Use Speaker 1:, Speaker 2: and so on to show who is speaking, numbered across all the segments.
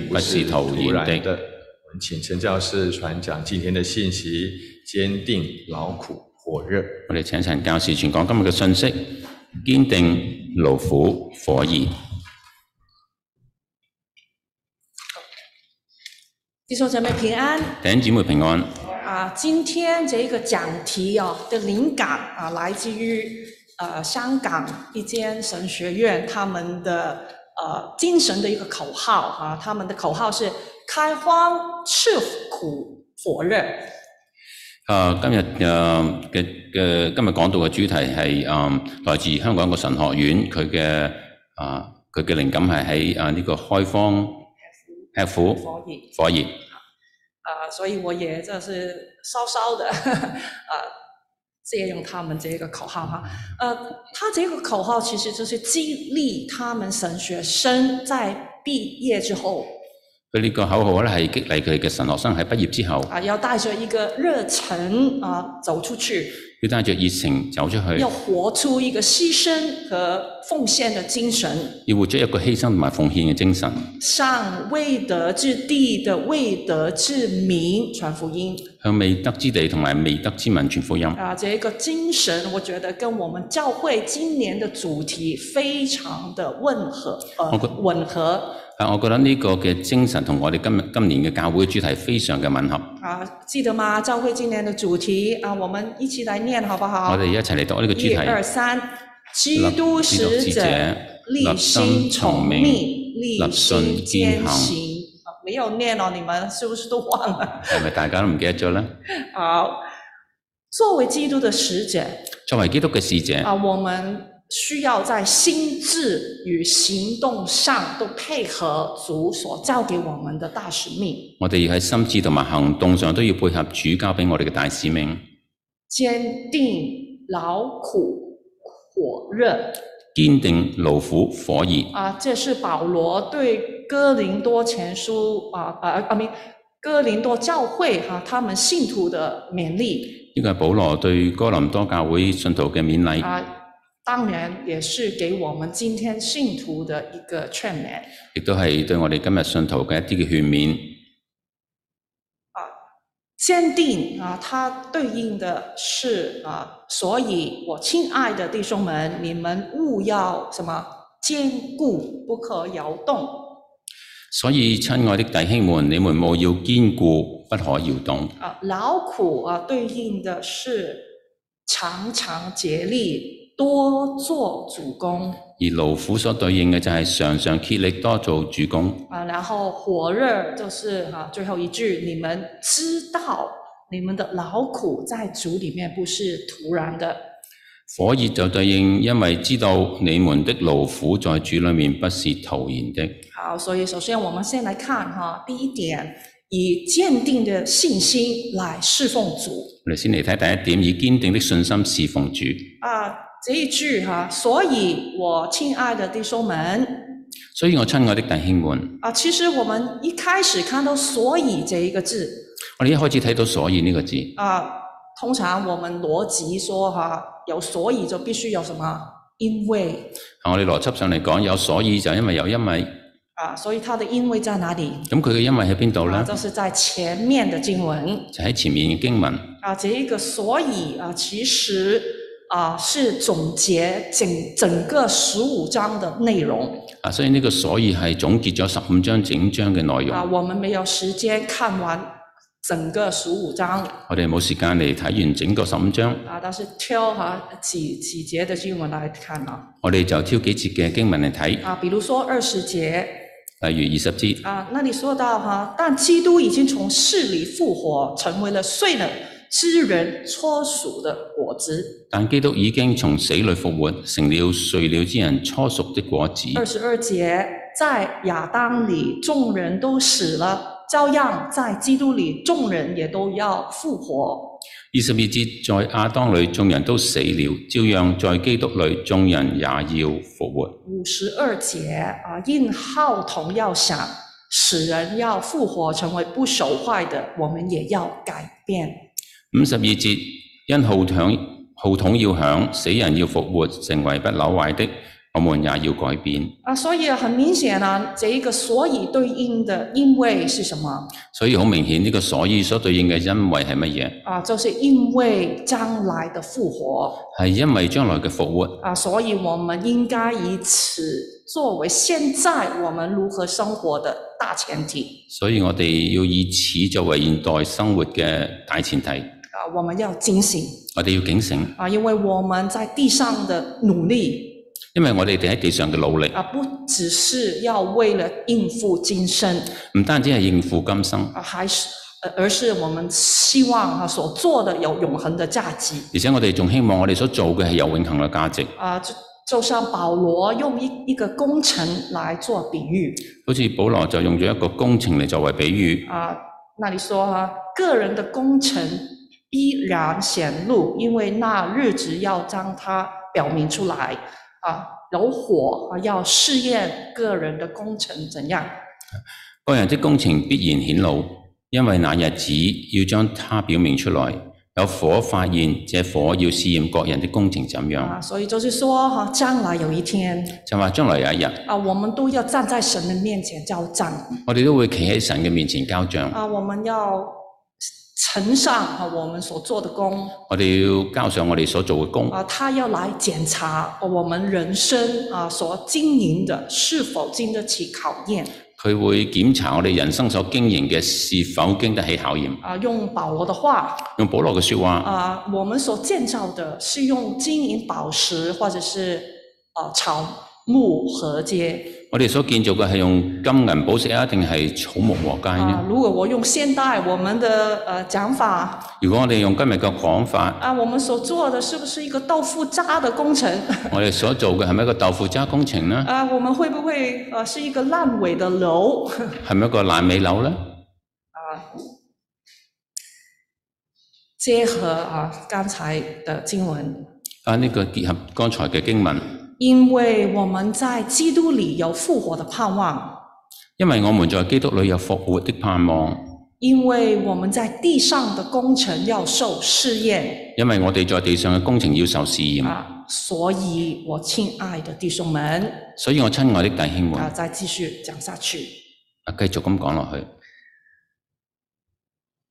Speaker 1: 不是
Speaker 2: 不是
Speaker 1: 徒
Speaker 2: 徒
Speaker 1: 然
Speaker 2: 然
Speaker 1: 的
Speaker 2: 的。
Speaker 1: 我们请陈教士传讲今天的信息，坚定、劳苦、火热。
Speaker 2: 我哋請陳教士傳講今日嘅信息，堅定勞苦火熱。
Speaker 3: 弟兄姐妹平安
Speaker 2: 弟兄姊妹平安。
Speaker 3: 啊！今天这个讲题哦的灵感啊，来自于呃香港一间神学院他们的呃精神的一个口号啊，他们的口号是“开荒吃苦火热
Speaker 2: 啊，今日誒嘅嘅今日講到嘅主題係啊，來自香港一個神學院，佢嘅啊佢嘅靈感係喺啊呢個開荒吃苦
Speaker 3: 火热”
Speaker 2: 火熱。
Speaker 3: 啊，所以我也就是稍稍 的啊借用他们这个口号哈、呃，他这个口号其实就是激励他们神学生在毕业之后。
Speaker 2: 佢呢個口號咧係激勵佢哋嘅神學生喺畢業之後
Speaker 3: 啊，要带着一个热忱啊走出去，
Speaker 2: 要帶着熱情走出去
Speaker 3: 要，活出一个牺牲和奉献的精神。
Speaker 2: 要活出一個犧牲同埋奉獻嘅精神，
Speaker 3: 向未得之地的未得之民传福音
Speaker 2: 向未得之地同埋未得之民傳福音。
Speaker 3: 啊，这个精神，我觉得跟我们教会今年的主题非常的吻合，呃
Speaker 2: 我觉，
Speaker 3: 吻合
Speaker 2: 啊，我覺得呢個嘅精神同我哋今日今年嘅教會主題非常嘅吻合。
Speaker 3: 啊，記得吗？教会今年的主题啊，我们一起来念好不好
Speaker 2: 我？哋一齊嚟讀呢個主
Speaker 3: 一
Speaker 2: 題。
Speaker 3: 二三，基督使者立心从命，立心坚行。啊没有念哦，你们是不是都忘了？
Speaker 2: 係咪大家都唔記得咗呢？
Speaker 3: 好，作为基督的使者
Speaker 2: 作為基督嘅使者，
Speaker 3: 啊，我们需要在心智与行动上都配合主所交给我们的大使命，
Speaker 2: 我哋要喺心智同埋行動上都要配合主交俾我哋嘅大使命，
Speaker 3: 坚定、劳苦、火热
Speaker 2: 堅定、勞苦、火熱。
Speaker 3: 啊，这是保罗对哥林多前书啊啊啊，明哥林多教会啊，他们信徒的勉励
Speaker 2: 呢個係保羅對哥林多教會信徒嘅勉勵，
Speaker 3: 啊，当然也是给我们今天信徒的一个劝勉
Speaker 2: 亦都係對我哋今日信徒嘅一啲嘅勸勉。
Speaker 3: 坚定啊，它对应的是啊，所以我亲爱的弟兄们，你们勿要什么坚固，不可摇动
Speaker 2: 所以，親愛的弟兄們，你們務要堅固，不可搖動。
Speaker 3: 啊，劳苦啊，对应的是常常竭力多做主公。
Speaker 2: 而勞苦所對應嘅就係常常竭力多做主公，
Speaker 3: 啊，然后火热就是啊，最后一句，你们知道你们的劳苦在主里面不是徒然的
Speaker 2: 火熱就對應，因為知道你們的勞苦在主裏面不是徒然的。
Speaker 3: 好，所以首先我们先来看哈、第一点，以坚定的信心来侍奉主
Speaker 2: 我哋先嚟睇第一點，以堅定的信心侍奉主。
Speaker 3: 啊，这一句哈、所以我亲爱的弟兄们
Speaker 2: 所以我親愛的弟兄們，
Speaker 3: 啊，其实我们一开始看到“所以”这一个字
Speaker 2: 我哋一開始睇到所以呢個字，
Speaker 3: 啊，通常我们逻辑说哈、有所以就必须有什么因为。
Speaker 2: 啊我哋邏輯上嚟講，有所以就因為有因為，
Speaker 3: 啊，所以它的因为在哪里？
Speaker 2: 咁佢嘅因為喺邊度
Speaker 3: 啊，
Speaker 2: 呢？
Speaker 3: 就是在前面的经文
Speaker 2: 就喺前面嘅經文。
Speaker 3: 啊，这一个所以啊，其实啊是总结整整个十五章的内容
Speaker 2: 啊，所以呢個所以係總結咗十五章整章嘅內
Speaker 3: 啊，
Speaker 2: 容。
Speaker 3: 我们没有时间看完整个十五章
Speaker 2: 我哋冇時間嚟睇完整個十五章，
Speaker 3: 啊，但是挑哈、几几节的经文来看啊
Speaker 2: 我哋就挑幾節嘅經文嚟睇，
Speaker 3: 啊，比如说二十节
Speaker 2: 例如二十節。
Speaker 3: 啊，那里说到哈、但基督已经从死里复活，成为了睡了之人搓属的果子。
Speaker 2: 但基督已經從死裏復活，成了睡了之人初熟的果子。
Speaker 3: 二十二节，在亚当里众人都死了，照样在基督里众人也都要复活。
Speaker 2: 二十二節，在亞當裏眾人都死了，照樣在基督裏眾人也要復活。
Speaker 3: 五十二节啊，应号筒要响，使人要复活，成为不朽坏的，我们也要改变。
Speaker 2: 五十二節，因號筒號筒要響，死人要復活，成為不朽壞的。我们也要改变。
Speaker 3: 啊，所以很明显啊，这一个所以对应的因为是什么
Speaker 2: 所以好明顯，呢、個所以所對應嘅因為係乜嘢？
Speaker 3: 啊？就是因为将來的复活
Speaker 2: 係因為將來嘅復活，
Speaker 3: 啊，所以我们应该以此作为现在我们如何生活的大前提
Speaker 2: 所以我哋要以此作為現代生活嘅大前提。
Speaker 3: 啊，我们要警醒
Speaker 2: 我哋要警醒，
Speaker 3: 啊，因为我们在地上的努力
Speaker 2: 因為我哋哋喺地上嘅努力，
Speaker 3: 啊，不只是要为了应付今生
Speaker 2: 唔單止係應付今生，
Speaker 3: 啊，还是呃而是我们希望啊所做的有永恒的价值。
Speaker 2: 而且我哋仲希望我哋所做嘅係有永恆嘅價值。
Speaker 3: 啊，就就像保罗用一一个工程来做比喻
Speaker 2: 好似保羅就用咗一個工程嚟作為比喻，
Speaker 3: 啊，那里说哈、啊，个人的工程必然显露，因为那日子要将它表明出来啊。有火啊，要试验个人的工程怎样
Speaker 2: 個人的工程必然顯露，因為那日子要將它表明出來。有火發現，這火要試驗各人的工程怎樣。
Speaker 3: 啊。所以就是说哈、啊，将来有一天
Speaker 2: 就話將來有一日，
Speaker 3: 啊，我们都要站在神的面前交账
Speaker 2: 我哋都會企喺神嘅面前交帳。
Speaker 3: 啊，我们要呈上啊我们所做的工
Speaker 2: 我哋要交上我哋所做嘅工，
Speaker 3: 啊，他要来检查我们人生啊所经营的是否经得起考验
Speaker 2: 佢會檢查我哋人生所經營嘅是否經得起考驗。
Speaker 3: 啊。用保罗的话
Speaker 2: 用保羅嘅说話，
Speaker 3: 啊，我们所建造的是用金银宝石或者是啊草木禾秸
Speaker 2: 我哋所建造嘅係用金銀寶石啊，定係草木禾秸
Speaker 3: 啊
Speaker 2: 呢？。
Speaker 3: 如果我用现代我们的呃讲法
Speaker 2: 如果我哋用今日嘅講法，
Speaker 3: 啊，我们所做的是不是一个豆腐渣的工程
Speaker 2: 我哋所做嘅係咪一個豆腐渣工程呢？
Speaker 3: 啊？我们会不会呃是一个烂尾的楼
Speaker 2: 係咪一個爛尾樓呢？
Speaker 3: 结合啊刚才的经文
Speaker 2: 啊，呢、個結合剛才嘅經文，
Speaker 3: 因为我们在基督里有复活的盼望，
Speaker 2: 因為我們在基督裏有復活的盼望，
Speaker 3: 因为我们在地上的工程要受试验
Speaker 2: 因為我哋在地上嘅工程要受試驗，
Speaker 3: 啊，所以我亲爱的弟兄们
Speaker 2: 所以我親愛的弟兄們，
Speaker 3: 啊，
Speaker 2: 啊
Speaker 3: 再继续讲下去。
Speaker 2: 繼續咁講落去。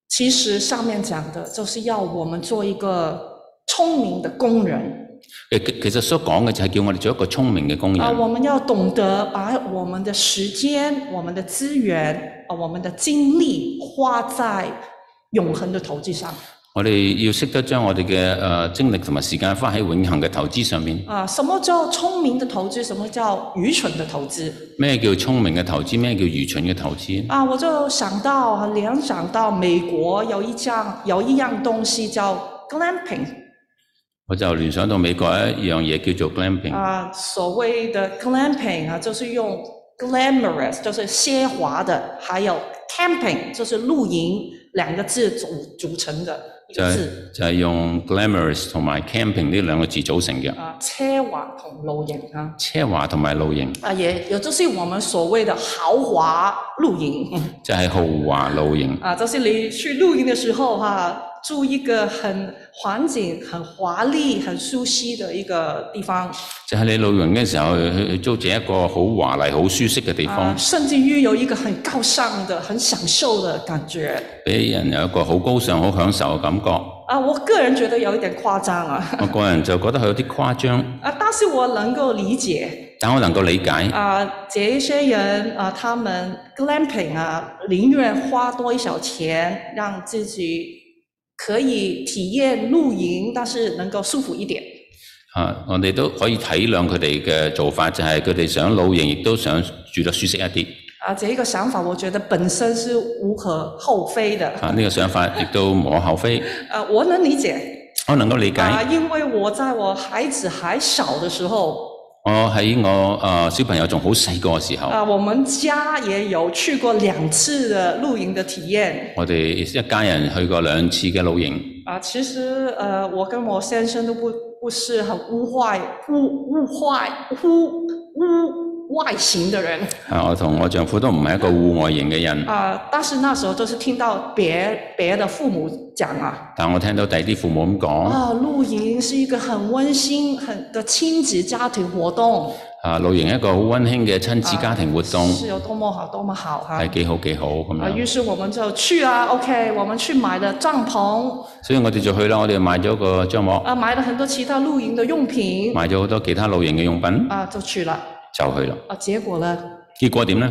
Speaker 3: 其实上面讲的就是要我们做一个聪明的工人
Speaker 2: 其其其實所講嘅就係叫我哋做一個聰明嘅工人，
Speaker 3: 啊，我们要懂得把我们的时间、我们的资源啊、我们的精力花在永恒的投资上。
Speaker 2: 我哋要識得將我哋嘅誒精力同埋時間花喺永恆嘅投資上面。
Speaker 3: 啊，什么叫聪明的投资？什么叫愚蠢的投资？
Speaker 2: 咩叫聰明嘅投資？咩叫愚蠢嘅投資？
Speaker 3: 啊，我就想到啊联想到美国有一项有一样东西叫 glamping
Speaker 2: 我就聯想到美國一樣嘢叫做 glamping，、
Speaker 3: 啊，所谓的 glamping 啊，就是用 glamorous 就是奢华的，还有 camping 就是露营两个字组组成的一
Speaker 2: 就
Speaker 3: 个
Speaker 2: 係、
Speaker 3: 字
Speaker 2: 就係用 glamorous 同埋 camping 呢兩個字組成嘅。
Speaker 3: 啊，奢华同露营啊。
Speaker 2: 奢華同埋露營
Speaker 3: 啊，也也就是我们所谓的豪华露营。
Speaker 2: 就係、豪華露營。
Speaker 3: 啊，就是你去露营的时候哈、住一个很环境很华丽、很舒适的一个地方啊
Speaker 2: 就係你露營嘅時候，去去租借一個好華麗、好舒適嘅地
Speaker 3: 啊
Speaker 2: 方，，
Speaker 3: 甚至于有一个很高尚的、很享受的感觉
Speaker 2: 俾人有一個好高尚、好享受嘅感覺。
Speaker 3: 啊。我个人觉得有一点夸张啊，
Speaker 2: 我個人就覺得佢有啲誇張，
Speaker 3: 啊，但是我能够理解
Speaker 2: 但我能夠理解。
Speaker 3: 啊，这些人啊，他们 glamping 啊，宁愿花多一小钱让自己。可以体验露营，但是能够舒服一点
Speaker 2: 啊，我哋都可以體諒佢哋嘅做法，就係佢哋想露營，亦都想住得舒適一啲。
Speaker 3: 啊，这一个想法，我觉得本身是无可厚非的。
Speaker 2: 啊，呢、個想法亦都無可厚非，
Speaker 3: 呃，我能理解
Speaker 2: 我能夠理解。
Speaker 3: 啊，因为我在我孩子还小的时候，
Speaker 2: 我喺我啊、小朋友仲好細個嘅時候，
Speaker 3: 啊，我们家也有去过两次的露营的体验。
Speaker 2: 我哋一家人去過兩次嘅露營。
Speaker 3: 啊，其实呃，我跟我先生都不不是很物坏物物坏物物外形的人
Speaker 2: 啊，我同我丈夫都唔係一個戶外型嘅人，
Speaker 3: 啊，但是那时候就是听到别别的父母讲啊，
Speaker 2: 但我聽到第啲父母咁講。
Speaker 3: 啊，露营是一个很温馨、很的亲子家庭活动。
Speaker 2: 啊露營一個好温馨嘅親子家庭活動，
Speaker 3: 呃是有多么好，多么好哈、啊
Speaker 2: 係幾好幾好咁
Speaker 3: 於
Speaker 2: 樣。
Speaker 3: 是我们就去啦，OK，我们去买了帐篷，
Speaker 2: 所以我哋就去啦，我哋買咗個帳幕，
Speaker 3: 啊，買了很多其他露营的用品，
Speaker 2: 買咗好多其他露營嘅用品，
Speaker 3: 啊，就去了，
Speaker 2: 就去啦。
Speaker 3: 啊，结果呢，
Speaker 2: 結果 點呢？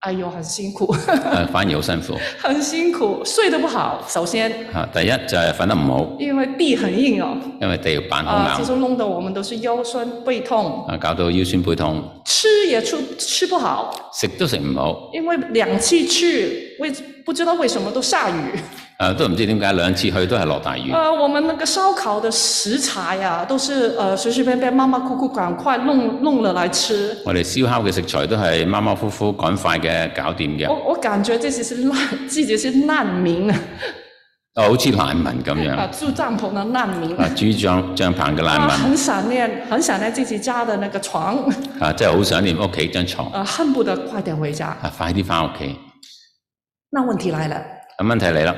Speaker 3: 哎呦，很辛苦，
Speaker 2: 誒反而好辛苦。
Speaker 3: 很辛苦，睡得不好，首先
Speaker 2: 啊，第一就係瞓得唔好，
Speaker 3: 因为地很硬哦，
Speaker 2: 因為地板好
Speaker 3: 啊，
Speaker 2: 硬
Speaker 3: 其，中弄得我们都是腰酸背痛，
Speaker 2: 啊搞到腰酸背痛，
Speaker 3: 吃也出吃不好，
Speaker 2: 食都食唔好，
Speaker 3: 因为两次去为不知道为什么都下雨，
Speaker 2: 啊都唔知點解兩次去都係落大雨，
Speaker 3: 呃，我们那个烧烤的食材呀、都是呃随随便便妈妈姑姑赶快弄弄了来吃，
Speaker 2: 我哋燒烤嘅食材都係馬馬虎虎趕快嘅搞掂嘅，
Speaker 3: 我我感觉这些是难，自己是难民啊。
Speaker 2: 啊好似難民咁樣，
Speaker 3: 啊，住帐篷的難民，
Speaker 2: 啊住帳帳棚嘅難
Speaker 3: 啊，
Speaker 2: 民，
Speaker 3: 很想念，很想念自己家的那個床，
Speaker 2: 啊真係好想念屋企張床，
Speaker 3: 啊，恨不得快點回家。
Speaker 2: 啊快啲翻屋企。
Speaker 3: 那問題來了，
Speaker 2: 咁問題嚟啦，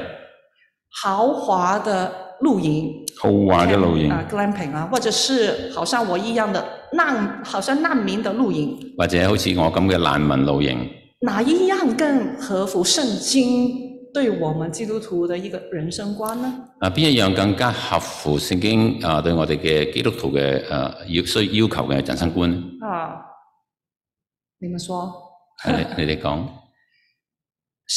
Speaker 3: 豪華的露營，
Speaker 2: 豪華嘅露營
Speaker 3: 啊，glamping 啊，或者是好像我一樣的難，好像難民的露營，
Speaker 2: 或者好似我咁嘅難民露營，
Speaker 3: 哪一樣更合乎聖經對我們基督徒的一個人生觀呢？
Speaker 2: 啊邊一樣更加合乎聖經啊對我哋嘅基督徒嘅啊要需要求嘅人生觀呢？
Speaker 3: 啊，你們說，
Speaker 2: 啊你你哋講。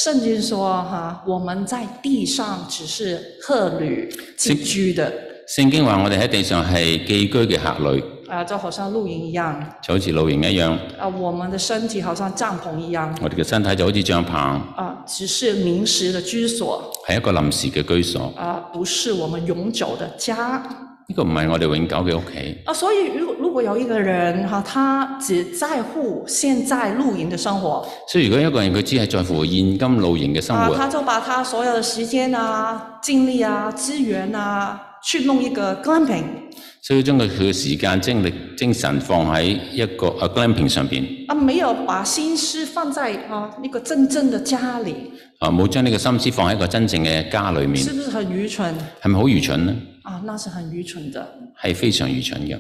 Speaker 3: 聖經說哈、我們在地上只是客旅寄居的。
Speaker 2: 聖經話我哋喺地上係寄居嘅客旅，
Speaker 3: 啊，就好像露营一样，
Speaker 2: 就好似露營一樣，
Speaker 3: 啊，我们的身體好像帐篷一样，
Speaker 2: 我哋嘅身體就好似帳棚，
Speaker 3: 啊，只是临时的居所，
Speaker 2: 係一個臨時嘅居所。
Speaker 3: 啊，不是我们永久的家。
Speaker 2: 呢、個唔係我哋永久嘅屋企。
Speaker 3: 啊，所以如果如果有一个人哈、他只在乎现在露营的生活，
Speaker 2: 所以如果一個人佢只係在乎現今露營嘅生
Speaker 3: 啊，
Speaker 2: 活，
Speaker 3: 他就把他所有的时间啊、精力啊、资源啊，去弄一个 glamping，
Speaker 2: 所以將佢佢嘅時間、精力、精神放喺一個啊 glamping 上邊，
Speaker 3: 啊，没有把心思放在啊那个真正的家里，
Speaker 2: 啊冇將呢個心思放喺一個真正嘅家裏面
Speaker 3: 是，不是很愚蠢
Speaker 2: 係咪好愚蠢呢？
Speaker 3: 啊？那是很愚蠢的。
Speaker 2: 係非常愚蠢嘅。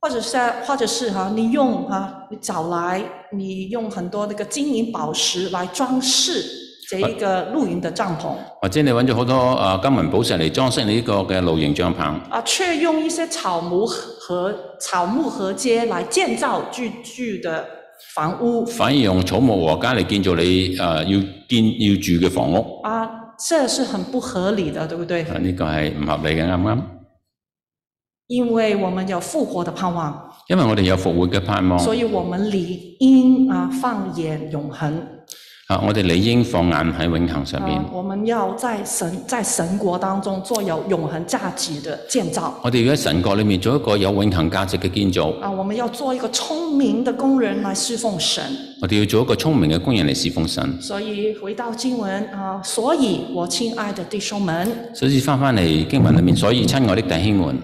Speaker 3: 或者是啊或者是哈、你用哈、你找来，你用很多那个金银宝石来装饰这一个露营的帐篷
Speaker 2: 或者你揾咗好多啊金銀寶石嚟裝飾你呢個嘅露營帳棚，
Speaker 3: 啊，却用一些草木和草木和秸来建造居住的房屋
Speaker 2: 反而用草木禾秆嚟建造你啊要建要住嘅房屋。
Speaker 3: 啊，这是很不合理的，对不对？
Speaker 2: 啊，呢個係唔合理嘅，啱唔啱？
Speaker 3: 因为我们有复活的盼望，
Speaker 2: 因為我哋有復活嘅盼望，
Speaker 3: 所以我们理应啊放眼永恒
Speaker 2: 啊，我哋理應放眼喺永恆上面。
Speaker 3: 啊，我们要在神在神国当中做有永恒价值的建造。
Speaker 2: 我哋要喺神國裏面做一個有永恆價值嘅建造，
Speaker 3: 啊，我们要做一个聪明的工人来侍奉神。
Speaker 2: 我哋要做一個聰明嘅工人嚟侍奉神。
Speaker 3: 所以回到经文啊，所以我亲爱的弟兄们，
Speaker 2: 所以翻返嚟經文裏面，所以親愛的弟兄們，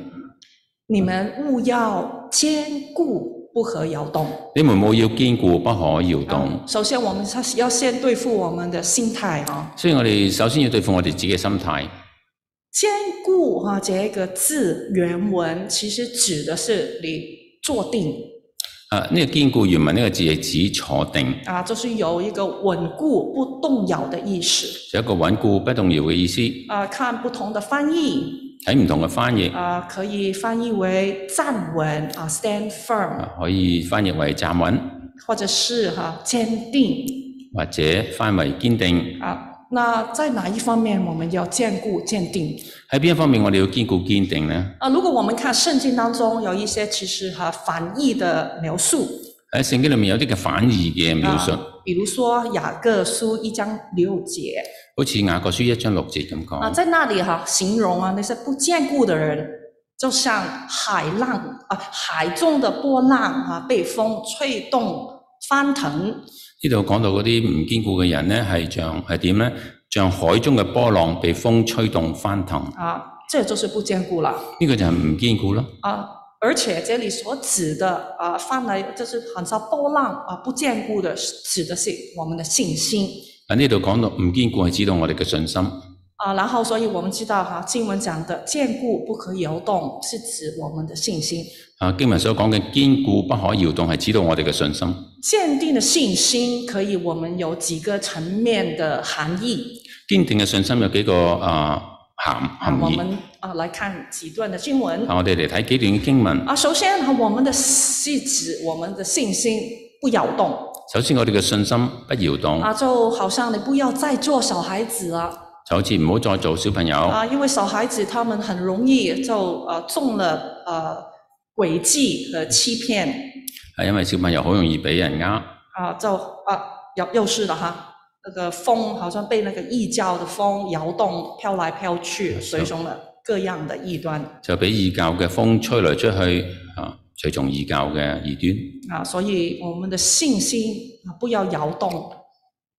Speaker 3: 你们勿要坚固，不可摇动。啊
Speaker 2: 你們務要堅固，不可搖動。
Speaker 3: 首先，我们要先对付我们的心态啊。
Speaker 2: 所以我哋首先要對付我哋自己嘅心態。
Speaker 3: 坚固啊，这个字原文其实指的是你坐定
Speaker 2: 啊，呢、個堅固原文呢個字係指坐定，
Speaker 3: 啊，就是有一个稳固不动摇的意思
Speaker 2: 有一個穩固不動搖嘅意思。
Speaker 3: 啊。看不同的翻译
Speaker 2: 喺唔同嘅翻譯，
Speaker 3: 啊，可以翻译为站稳啊，stand firm。
Speaker 2: 啊可以翻譯為站穩，
Speaker 3: 或者是哈、坚定
Speaker 2: 或者翻為堅定。
Speaker 3: 啊。那在哪一方面我们要坚固坚定
Speaker 2: 喺邊一方面我哋要堅固堅定呢？
Speaker 3: 啊？如果我们看圣经当中有一些其实哈、反义的描述，
Speaker 2: 喺聖經裏面有啲嘅反義嘅描述，
Speaker 3: 啊，比如说雅各书一章六节
Speaker 2: 好似雅各書一章六節咁講，
Speaker 3: 啊，在那里哈、形容啊那些不坚固的人。就像海浪啊，海中的波浪啊，被风吹动翻腾
Speaker 2: 呢度講到嗰啲唔堅固嘅人呢，係像係點呢？像海中嘅波浪被風吹動翻騰，呢、
Speaker 3: 啊，这就是不坚固了。
Speaker 2: 個就係唔堅固咯。
Speaker 3: 啊，而且这里所指的啊，翻来就是很少波浪啊，不坚固的，指的是我们的信心
Speaker 2: 啊，呢度講到唔堅固係指到我哋嘅信心。
Speaker 3: 啊。然后，所以我们知道哈、经文讲的坚固不可摇动，是指我们的信心
Speaker 2: 啊經文所講嘅堅固不可搖動係指到我哋嘅信心。
Speaker 3: 坚定的信心可以，我们有几个层面的含义
Speaker 2: 堅定嘅信心有幾個啊含
Speaker 3: 啊
Speaker 2: 含，
Speaker 3: 我
Speaker 2: 義？
Speaker 3: 们啊来看几段的经文
Speaker 2: 啊，我哋嚟睇幾段經文。
Speaker 3: 啊。首先啊，我们的是指我们的信心不摇动
Speaker 2: 首先，我哋嘅信心不搖動，
Speaker 3: 啊，就好像你不要再做小孩子了
Speaker 2: 就好似唔好再做小朋友，
Speaker 3: 啊，因为小孩子他们很容易就呃中了呃诡计和欺骗
Speaker 2: 係啊因為小朋友好容易俾人呃。
Speaker 3: 啊，就啊又又是的哈。那个风好像被那个异教的风摇动，飘来飘去，随从了各样的异端。
Speaker 2: 就俾異教嘅風吹來出去，啊，隨從異教嘅異端。
Speaker 3: 啊，所以我们的信心啊不要摇动，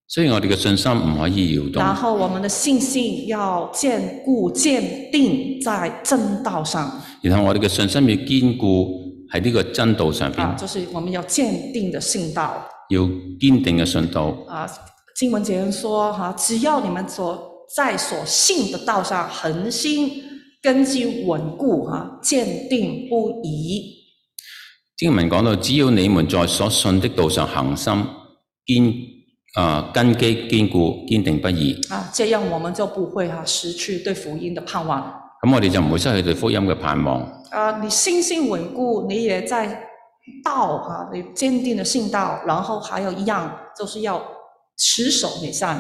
Speaker 2: 所以我哋嘅信心唔可以搖
Speaker 3: 然
Speaker 2: 動，
Speaker 3: 后我们的信心要坚固、坚定在正道上啊
Speaker 2: 然後我哋嘅信心要堅固喺呢個真道上邊
Speaker 3: 啊，，就是我们要坚定的信道
Speaker 2: 要堅定嘅信道。
Speaker 3: 啊。经文节说哈、只要你们所在所信的道上恒心、根基稳固啊，坚定不移
Speaker 2: 經文講到，只要你們在所信的道上恒心，堅啊、根基堅固，堅定不移，
Speaker 3: 啊，这样我们就不会哈、失去對福音的盼望。
Speaker 2: 咁我哋就唔會失去對福音嘅盼望。
Speaker 3: 啊，你信心稳固，你也在道啊，你坚定的信道，然后还有一样就是要持守美善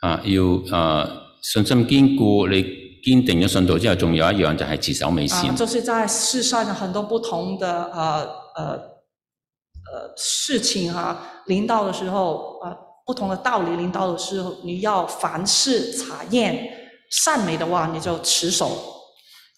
Speaker 2: 啊，要啊、信心堅固，你堅定咗信道之後，仲有一樣就係持守美善
Speaker 3: 啊，。就是在世上的很多不同的呃呃呃事情啊，临到的时候啊，不同的道理临到的时候，你要凡事查验善美的话，你就持守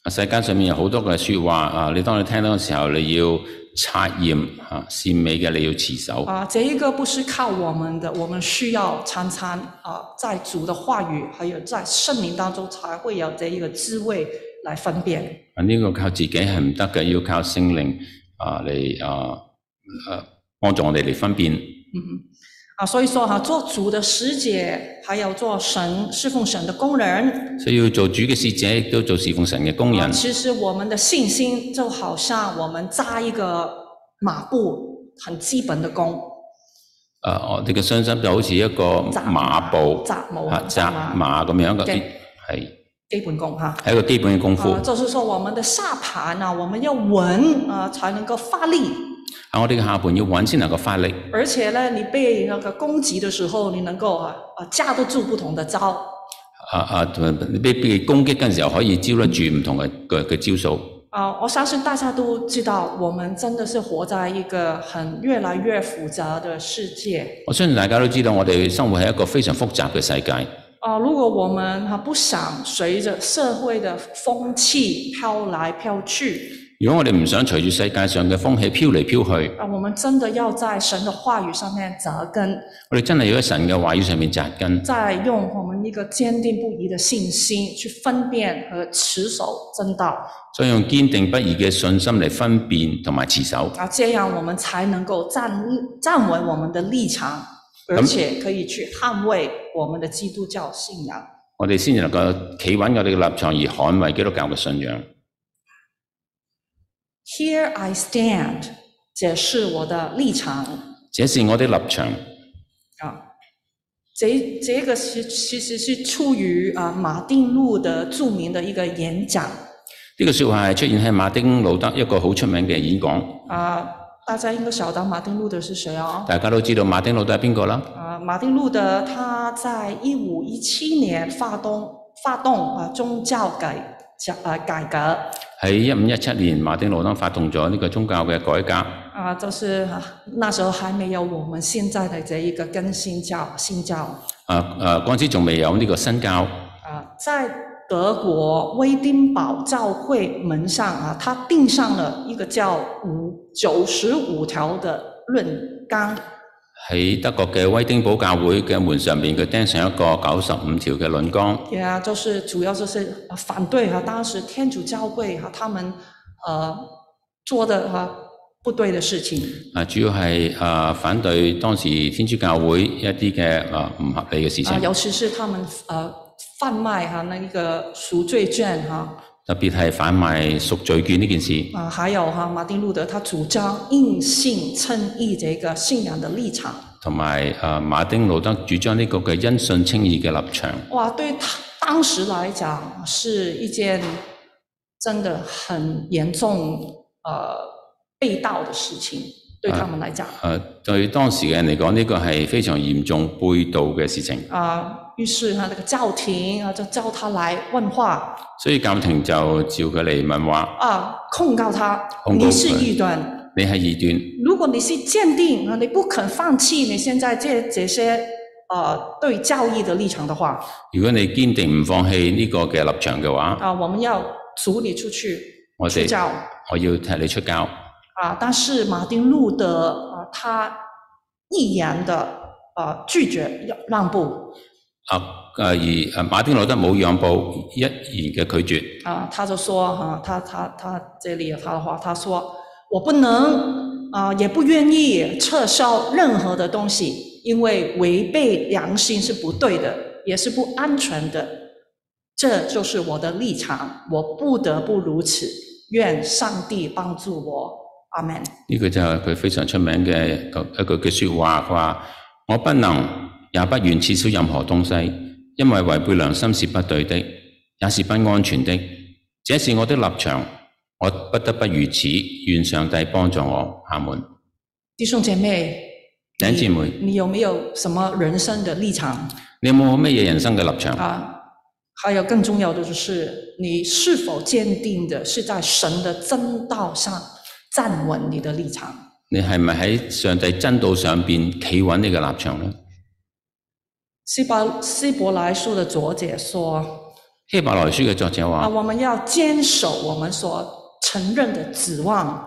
Speaker 2: 啊世界上面有好多嘅说話啊，你當你聽到嘅時候，你要察驗啊，善美嘅你要持守。
Speaker 3: 啊，这一个不是靠我们的，我们需要常常啊，在主的话语还有在圣灵当中才会有这一个滋味来分辨
Speaker 2: 啊，呢、個靠自己係唔得嘅，要靠聖靈啊嚟啊啊幫助我哋嚟分辨。
Speaker 3: 啊。所以说哈、做主的使者，还有做神侍奉神的工人，
Speaker 2: 所以要做主嘅使者，亦都做侍奉神嘅工
Speaker 3: 啊
Speaker 2: 人。
Speaker 3: 其实我们的信心就好像我们扎一个马步，很基本的功，
Speaker 2: 啊，我哋嘅信心就好似一個馬步
Speaker 3: 扎某
Speaker 2: 啊扎馬咁樣嘅，
Speaker 3: 嘅
Speaker 2: 係
Speaker 3: 基本功哈、
Speaker 2: 係一個基本嘅功夫。
Speaker 3: 啊，就是说我们的下盘呢、啊我们要稳啊，才能够发力。
Speaker 2: 啊，我哋嘅下盤要穩先能夠發力。
Speaker 3: 而且呢，你被那个攻击的时候，你能够啊啊架得住不同的招
Speaker 2: 啊啊，同埋被被攻擊嘅時候可以招得住唔同嘅嘅嘅招數。
Speaker 3: 啊！我相信大家都知道，我们真的是活在一个很越来越复杂的世界
Speaker 2: 我相信大家都知道，我哋生活喺一個非常複雜嘅世界。
Speaker 3: 啊！如果我们啊不想随着社会的风气飘来飘去
Speaker 2: 如果我哋唔想隨住世界上嘅風氣飄嚟飄去，
Speaker 3: 啊，我们真的要在神的话语上面扎根，
Speaker 2: 我哋真係要喺神嘅話語上面扎根，
Speaker 3: 再用我们一个坚定不移的信心去分辨和持守正道
Speaker 2: 所以用堅定不移嘅信心嚟分辨同埋持守，
Speaker 3: 啊，这样我们才能够站站稳我们的立场，而且可以去捍卫我们的基督教信仰。
Speaker 2: 我哋先至能夠企穩我哋嘅立場，而捍衞基督教嘅信仰。
Speaker 3: Here I stand，这是我的立场
Speaker 2: 這是我哋立場。
Speaker 3: 啊。这这个是其实是出于啊马丁路德著名的一个演讲
Speaker 2: 呢個説話係出現喺馬丁路德一個好出名嘅演講，
Speaker 3: 啊，大家应该晓得马丁路德是谁哦。
Speaker 2: 大家都知道馬丁路德係邊個啦。
Speaker 3: 啊，马丁路德他在一五一七年发动发动啊宗教改教啊改革。
Speaker 2: 喺一五一七年，馬丁路德發動咗呢個宗教嘅改革。
Speaker 3: 啊，就是啊那时候还没有我们现在的这一个更新教新教
Speaker 2: 啊啊！嗰陣時仲未有呢個新教，
Speaker 3: 啊，在德国威丁堡教会门上啊，他定上了一个叫五九十五条的论纲
Speaker 2: 喺德國嘅威丁堡教會嘅門上面，佢釘上一個九十五條嘅論綱，
Speaker 3: 也啊，就是主要就是啊反对啊当时天主教会啊他们呃做的啊不对的事情
Speaker 2: 啊，主要係啊反對當時天主教會一啲嘅啊唔合理嘅事
Speaker 3: 啊，
Speaker 2: 情，
Speaker 3: 尤其是他们呃贩卖哈、那一个赎罪券哈、
Speaker 2: 特別係販賣贖罪券呢件事。
Speaker 3: 啊，还有哈、马丁路德他主张硬性称义这个信仰的立场，
Speaker 2: 同埋誒馬丁路德主張呢個嘅因信稱義嘅立場，
Speaker 3: 哇，对他当时来讲是一件真的很严重呃被盗的事情，对他们来讲
Speaker 2: 誒、對當時嘅人嚟講，呢、個係非常嚴重背道嘅事情，
Speaker 3: 啊，于是他那个教廷啊就叫他来问话
Speaker 2: 所以教廷就召佢嚟問話：
Speaker 3: 啊，控告他
Speaker 2: 控告
Speaker 3: 你是
Speaker 2: 他
Speaker 3: 异端。
Speaker 2: 你係異端，
Speaker 3: 如果你是坚定啊，你不肯放弃你现在这这些呃对教义的立场的话，
Speaker 2: 如果你堅定唔放棄呢個嘅立場嘅話，
Speaker 3: 啊，我们要逐你出去
Speaker 2: 我
Speaker 3: 出
Speaker 2: 哋
Speaker 3: 教
Speaker 2: 我要踢你出教。
Speaker 3: 啊。但是马丁路德啊，他毅然的呃拒绝让让步
Speaker 2: 啊啊而啊馬丁路德冇讓步，一言嘅拒絕。
Speaker 3: 啊，他就说哈、啊，他他他这里有他的话，他说我不能啊，也不愿意撤销任何的东西，因为违背良心是不对的，也是不安全的。这就是我的立场，我不得不如此。愿上帝帮助我，阿门。
Speaker 2: 呢句就係佢非常出名嘅一句嘅说話，佢話：我不能也不願撤銷任何東西，因為違背良心是不對的，也是不安全的。這是我的立場，我不得不如此。願上帝幫助我。阿門。
Speaker 3: 弟兄姐妹，
Speaker 2: 弟兄姐妹
Speaker 3: 你你有没有什么人生的立场
Speaker 2: 你有冇乜嘢人生嘅立場？
Speaker 3: 啊？还有更重要的就是，你是否坚定的是在神的真道上站稳你的立场？
Speaker 2: 你係咪喺上帝真道上邊企穩你嘅立場呢？
Speaker 3: 希伯希伯来书的作者说
Speaker 2: 希伯來書嘅作者
Speaker 3: 啊，
Speaker 2: 話：
Speaker 3: 我们要坚守我们所承认的指望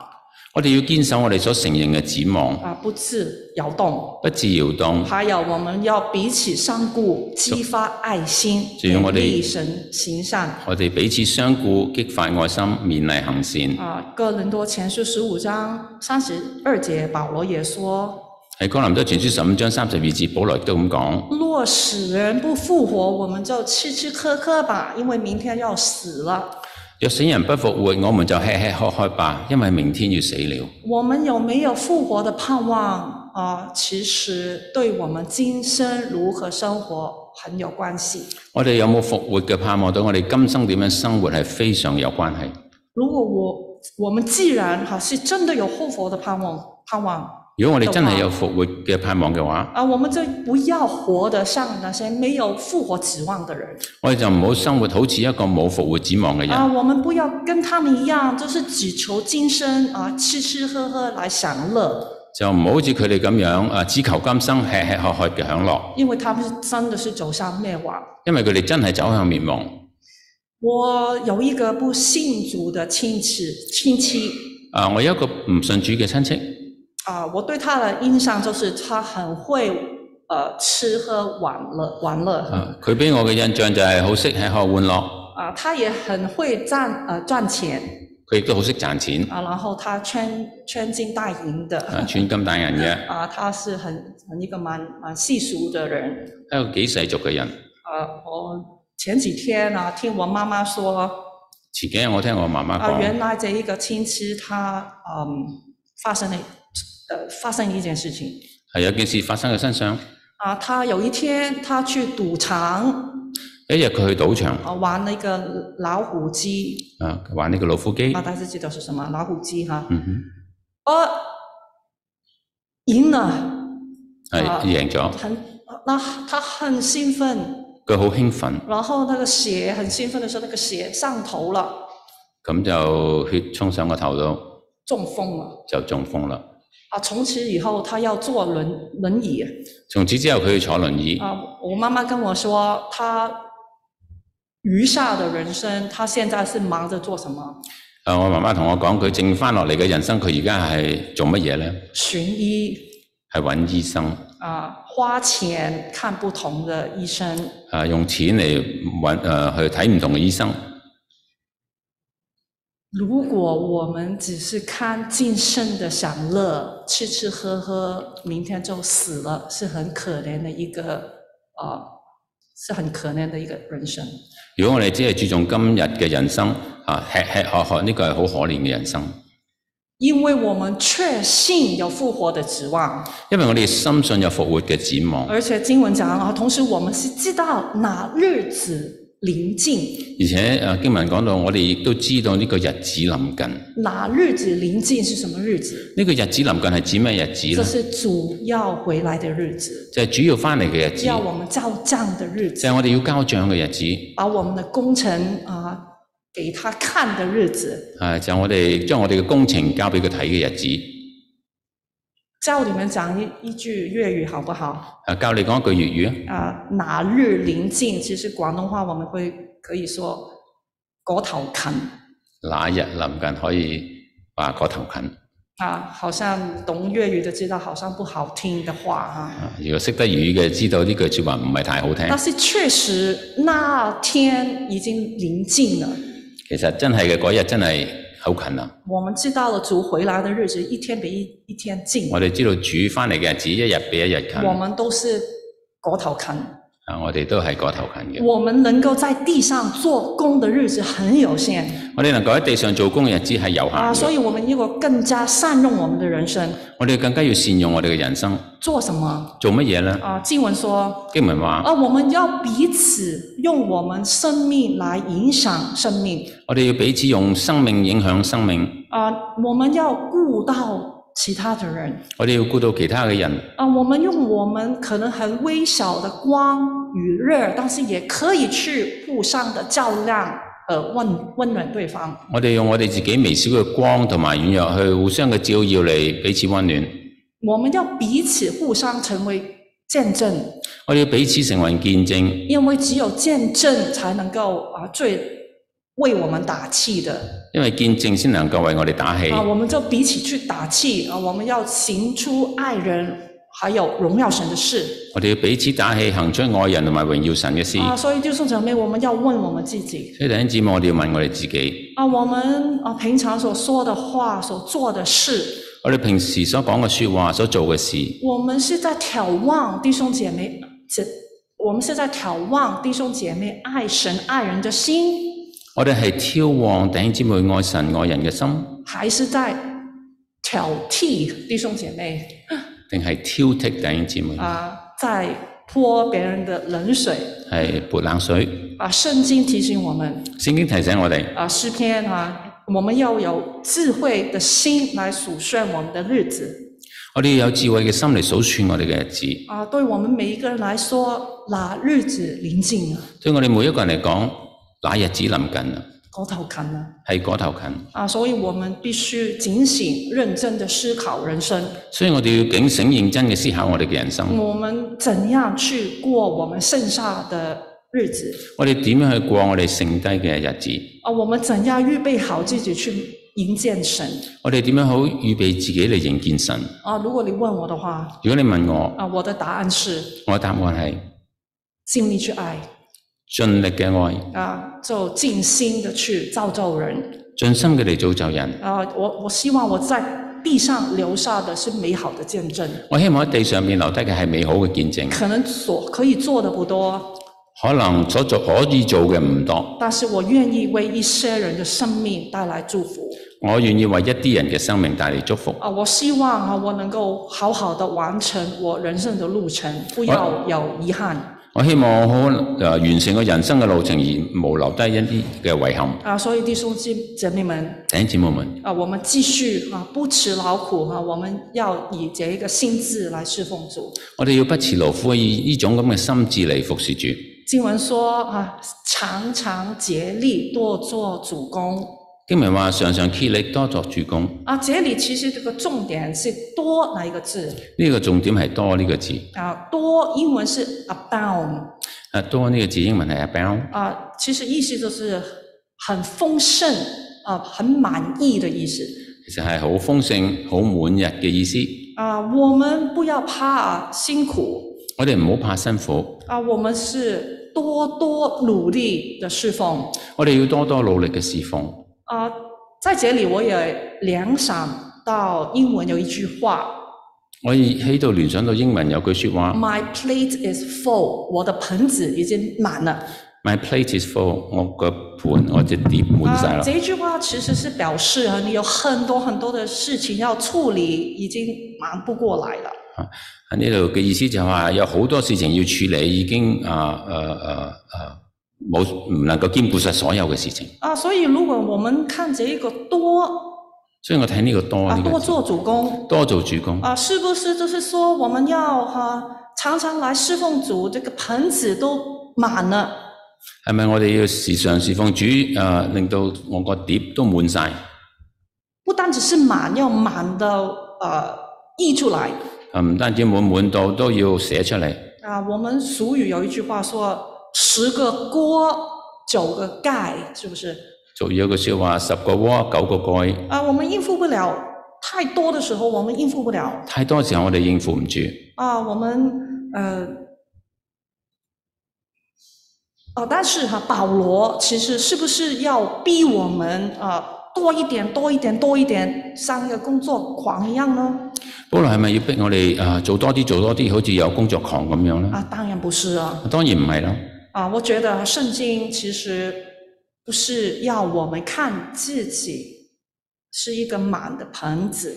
Speaker 2: 我哋要堅守我哋所承認嘅指望，
Speaker 3: 啊，不致摇动。
Speaker 2: 不致搖動。
Speaker 3: 还有，我们要彼此相顾，激发爱心，
Speaker 2: 主要我哋
Speaker 3: 立神行善。
Speaker 2: 我哋彼此相顧，激發愛心，勉勵行善。
Speaker 3: 啊，哥林多前书十五章三十二节，保罗也说
Speaker 2: 喺哥林多前書十五章三十二節，保羅亦都咁：“講：
Speaker 3: 若死人不复活，我们就吃吃喝喝吧，因为明天要死了。
Speaker 2: 若死人不復活，我們就吃吃喝喝吧，因為明天要死了。”
Speaker 3: 我们有没有复活的盼望啊？其实对我们今生如何生活很有关系。
Speaker 2: 我哋有冇復活嘅盼望？對我哋今生點樣生活係非常有關係。
Speaker 3: 如果我我们既然哈、是真的有复活的盼望，盼望
Speaker 2: 如果我哋真係有復活嘅盼望嘅話，
Speaker 3: 啊，我们就不要活得像那些没有复活指望的人。
Speaker 2: 我哋就唔好生活好似一個冇復活指望嘅
Speaker 3: 啊，
Speaker 2: 人。
Speaker 3: 我们不要跟他们一样，就是只求今生啊，吃吃喝喝来享乐，
Speaker 2: 就唔好似佢哋咁樣啊，只求今生吃吃喝喝嘅享樂，
Speaker 3: 因为他们是真的是走向灭亡。
Speaker 2: 因為佢哋真係走向滅亡。
Speaker 3: 我有一个不信主的亲戚，亲戚
Speaker 2: 啊，我有一個唔信主嘅親戚，
Speaker 3: 啊，我对他的印象就是他很会呃吃喝玩乐玩乐
Speaker 2: 啊，佢俾我嘅印象就係好識吃喝玩樂，
Speaker 3: 啊，他也很会赚呃赚钱
Speaker 2: 佢亦都好識賺錢。
Speaker 3: 啊，然后他穿穿金戴银
Speaker 2: 啊，
Speaker 3: 的
Speaker 2: 穿金戴銀嘅，
Speaker 3: 啊，他是很很一个蛮蛮世俗的人。
Speaker 2: 一個幾世俗嘅人。
Speaker 3: 呃，我前几天啊，听我妈妈说，
Speaker 2: 前幾日我聽我媽媽
Speaker 3: 啊，原
Speaker 2: 講，
Speaker 3: 来这一个亲戚他嗯发生了呃发生一件事情
Speaker 2: 係有件事發生喺身上。
Speaker 3: 啊，他有一天他去赌场
Speaker 2: 一日佢去賭場
Speaker 3: 啊玩那个老虎机
Speaker 2: 啊，玩呢個老虎機
Speaker 3: 啊，，大家知道是什么老虎机哈，
Speaker 2: 嗯
Speaker 3: 呃、赢了，
Speaker 2: 哼，係
Speaker 3: 啊
Speaker 2: 贏咗，
Speaker 3: 很那他很兴奋，
Speaker 2: 佢好興奮，
Speaker 3: 然后那个血很兴奋的时候，那个血上头了，
Speaker 2: 咁就血衝上個頭度
Speaker 3: 中风了。
Speaker 2: 就中風啦。
Speaker 3: 啊，从此以后他要坐轮轮椅
Speaker 2: 從此之後佢要坐輪椅，
Speaker 3: 啊。我妈妈跟我说，他余下的人生，他现在是忙着做什么？
Speaker 2: 啊，我媽媽同我講，佢剩翻落嚟嘅人生，佢而家係做乜嘢呢？
Speaker 3: 寻医
Speaker 2: 係揾醫生，
Speaker 3: 啊，花钱看不同的医生
Speaker 2: 啊，用錢嚟揾誒去睇唔同嘅醫生。
Speaker 3: 如果我们只是看今生的享乐，吃吃喝喝，明天就死了，是很可怜的一个啊、呃是很可怜的一个人生。
Speaker 2: 如果我哋只係注重今日嘅人生，啊吃吃喝喝呢個係好可憐嘅人生，
Speaker 3: 因为我们确信有复活的指望，
Speaker 2: 因為我哋深信有復活嘅展望，而
Speaker 3: 而且经文讲啊，同时我们是知道哪日子临近，
Speaker 2: 且啊經文講到我哋亦都知道呢個日子臨近，呢、
Speaker 3: 哪日子临近是什么日子？
Speaker 2: 個日子臨近係指咩日子
Speaker 3: 这
Speaker 2: 呢？
Speaker 3: 是主要回来的日子，
Speaker 2: 就係主要翻嚟嘅日子，
Speaker 3: 要我们照账的日
Speaker 2: 就
Speaker 3: 子
Speaker 2: 係，我哋要交帳嘅日子，
Speaker 3: 把我们的工程啊、给他看的日子。
Speaker 2: 啊就係我哋將我哋嘅工程交俾佢睇嘅日子。
Speaker 3: 照你们讲一一句粤语好不好？
Speaker 2: 啊，教你講一句粵語啊。
Speaker 3: 啊、哪日临近？其实广东话我们会可以说“嗰头近”。
Speaker 2: 啊那日臨近可以話個頭近。
Speaker 3: 啊，好像懂粤語的知道，好像不好聽的話啊。
Speaker 2: 啊如果識得粵語嘅，知道呢句説話唔係太好聽。
Speaker 3: 但是確實那天已經臨近了，
Speaker 2: 其實真係嘅，嗰日真係好近啊啦。
Speaker 3: 我們知道了主回來的日子一天比一一天近，
Speaker 2: 我哋知道主翻嚟嘅日子一日比一日近，
Speaker 3: 我們都是裹頭啃，
Speaker 2: 啊，我哋都係嗰頭近嘅。
Speaker 3: 我們能夠在地上做工的日子很有限
Speaker 2: 我哋能夠喺地上做工嘅日子係有限
Speaker 3: 啊，
Speaker 2: 嘅，
Speaker 3: 所以我們如果更加善用我們的人生，
Speaker 2: 我哋更加要善用我哋嘅人生。
Speaker 3: 做什麼
Speaker 2: 做乜嘢呢？
Speaker 3: 啊？經文說。
Speaker 2: 經文話：
Speaker 3: 啊，我們要彼此用我們生命來影響生命，
Speaker 2: 我哋要彼此用生命影響生命，
Speaker 3: 啊、我们要顾到其他的人
Speaker 2: 我哋要顧到其他嘅人。
Speaker 3: 啊、我们用我们可能很微小的光与热，但是也可以去互相的照亮，呃，温温暖对方。
Speaker 2: 我哋用我哋自己微小嘅光同埋軟弱去互相嘅照耀嚟彼此温暖。
Speaker 3: 我们要彼此互相成为见证，
Speaker 2: 我哋要彼此成為見證，
Speaker 3: 因为只有见证才能够啊、最为我们打气的
Speaker 2: 因為見證先能夠為我哋打氣。
Speaker 3: 啊、我们就彼此去打气啊、我们要行出爱人还有荣耀神的事
Speaker 2: 我哋要彼此打氣，行出愛人同埋榮耀神嘅事。
Speaker 3: 啊、所以弟兄姊妹，我们要问我们自己。
Speaker 2: 所以弟兄姊妹，我哋要問我哋自己，
Speaker 3: 啊，我们啊平常所说的话、所做的事，
Speaker 2: 我哋平時所講嘅说話、所做嘅事，
Speaker 3: 我们是在眺望弟兄姐妹，这我们是在眺望弟兄姐妹爱神爱人的心，
Speaker 2: 我哋係挑旺弟兄姊妹愛神愛人嘅心，
Speaker 3: 还是在挑剔弟兄姐妹
Speaker 2: 定係挑剔弟兄姊妹，
Speaker 3: 啊，在泼别人的冷水
Speaker 2: 係潑冷水？
Speaker 3: 啊？圣经提醒我们
Speaker 2: 聖經提醒我哋，
Speaker 3: 啊，诗篇啊，我们要有智慧的心来数算我们的日子。
Speaker 2: 我哋要有智慧嘅心嚟數算我哋嘅日子。
Speaker 3: 啊，对我们每一个人来说，那日子临近了，
Speaker 2: 對我哋每一個人嚟講，那日子臨近啦，
Speaker 3: 高头看了。
Speaker 2: 係嗰頭近，
Speaker 3: 啊，所以我们必须警醒、认真的思考人生，
Speaker 2: 所以我哋要警醒認真嘅思考我哋嘅人生。
Speaker 3: 我们怎样去过我们剩下的日子
Speaker 2: 我哋點樣去過我哋剩低嘅日子？
Speaker 3: 啊？我们怎样预备好自己去迎接神
Speaker 2: 我哋點樣好預備自己嚟迎見神？
Speaker 3: 啊？如果你问我的话，
Speaker 2: 如果你問我，
Speaker 3: 啊，我的答案是
Speaker 2: 我嘅答案係
Speaker 3: 尽力去爱
Speaker 2: 盡力嘅愛，
Speaker 3: 啊，就尽心的去造就人
Speaker 2: 盡心嘅嚟造就人。
Speaker 3: 啊。我我希望我在地上留下的是美好的见证，
Speaker 2: 我希望喺地上面留低嘅係美好嘅見證，
Speaker 3: 可能所可以做的不多，
Speaker 2: 可能所做可以做嘅唔多，
Speaker 3: 但是我愿意为一些人的生命带来祝福。
Speaker 2: 我願意為一啲人嘅生命帶嚟祝福。
Speaker 3: 啊，我希望啊，我能够好好的完成我人生的路程，不要有遗憾
Speaker 2: 我希望我好誒、呃完成我人生嘅路程而無留低一啲嘅遺憾。
Speaker 3: 啊。所以弟兄姐姐妹们
Speaker 2: 弟兄姊妹們，
Speaker 3: 啊，我们继续啊，不辞劳苦啊，我们要以这一个心智来侍奉主。
Speaker 2: 我哋要不辭勞苦，以呢種咁嘅心智嚟服侍主。
Speaker 3: 经文说啊，常常竭力多做主公
Speaker 2: 經文話：常常竭力多作主公。
Speaker 3: 啊。这里其实这个重点是“多”哪一个字
Speaker 2: 呢個重點係多呢個字，
Speaker 3: 啊？多英文是 abound
Speaker 2: 啊多呢個字英文係 abound，
Speaker 3: 啊，其实意思就是很丰盛啊，很满意的意思。
Speaker 2: 其實係好豐盛、好滿日嘅意思。
Speaker 3: 啊，我们不要怕啊辛苦
Speaker 2: 我哋唔好怕辛苦，
Speaker 3: 啊，我们是多多努力的侍奉
Speaker 2: 我哋要多多努力嘅侍奉。
Speaker 3: 啊。在这里，我也联想到英文有一句话
Speaker 2: 我喺度聯想到英文有句说話
Speaker 3: My plate is full，我的盆子已经满了。啊
Speaker 2: ，My plate is full，我個盤我隻碟滿晒啦。
Speaker 3: 这句话其实是表示啊，你有很多很多的事情要处理，已经忙不过来了。
Speaker 2: 喺呢度嘅意思就係話有好多事情要處理，已經啊啊啊啊冇唔能夠兼顧晒所有嘅事情。
Speaker 3: 啊，所以如果我们看这一个多
Speaker 2: 所以我睇呢個多
Speaker 3: 啊
Speaker 2: 呢、個
Speaker 3: 多
Speaker 2: 字
Speaker 3: 做主公
Speaker 2: 多做主公，
Speaker 3: 啊，是不是就是说我们要哈、常常来侍奉主，这个盆子都满了。
Speaker 2: 係咪我哋要時常侍奉主啊令到我個碟都滿晒？
Speaker 3: 不单只是满，要满到呃溢出来。
Speaker 2: 啊，唔單止滿滿到都要寫出嚟。
Speaker 3: 啊，我们俗语有一句话说：“十个锅，九个盖”，是不是？
Speaker 2: 俗語有句说話：十個鍋九個蓋。
Speaker 3: 啊，我们应付不了太多的時候，我们应付不了
Speaker 2: 太多時候我哋應付唔住，
Speaker 3: 啊，我们呃，啊，但是哈、保罗其实是不是要逼我们啊多一点、多一点、多一点，像一个工作狂一样呢？
Speaker 2: 保羅係咪要逼我哋啊做多啲做多啲，好似有工作狂咁樣呢？
Speaker 3: 啊，當然不是啊！
Speaker 2: 當然唔係啦。
Speaker 3: 啊，我觉得圣经其实不是要我们看自己是一个满的盆子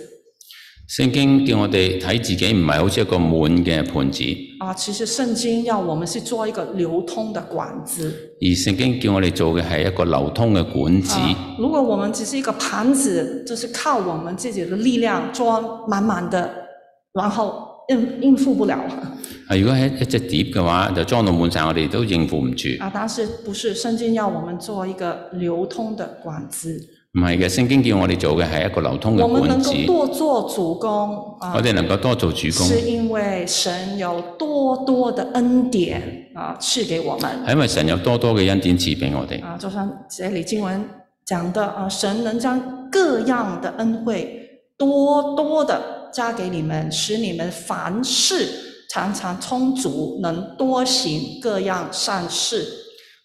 Speaker 2: 聖經叫我哋睇自己唔係好似一個滿嘅盤子，
Speaker 3: 啊，其实圣经要我们是做一个流通的管子。
Speaker 2: 而聖經叫我哋做嘅係一個流通嘅管子。
Speaker 3: 啊如果我们只是一个盘子，就是靠我们自己的力量装满满的，然后应应付不了
Speaker 2: 啊，如果係一隻碟嘅話，就裝到滿晒，我哋都應付唔住。
Speaker 3: 啊。但是不是圣经要我们做一个流通的管子，
Speaker 2: 唔係嘅，聖經叫我哋做嘅係一個流通
Speaker 3: 我
Speaker 2: 嘅
Speaker 3: 们
Speaker 2: 管
Speaker 3: 能
Speaker 2: 子
Speaker 3: 够。多做主公啊
Speaker 2: 我，哋能夠多做主公，
Speaker 3: 是因为神有多多的恩典啊赐给我们
Speaker 2: 係因為神有多多嘅恩典賜俾我哋。
Speaker 3: 啊。就像这里经文讲的啊，神能将各样的恩惠多多的加给你们，使你们凡事常常充足，能多行各样善事。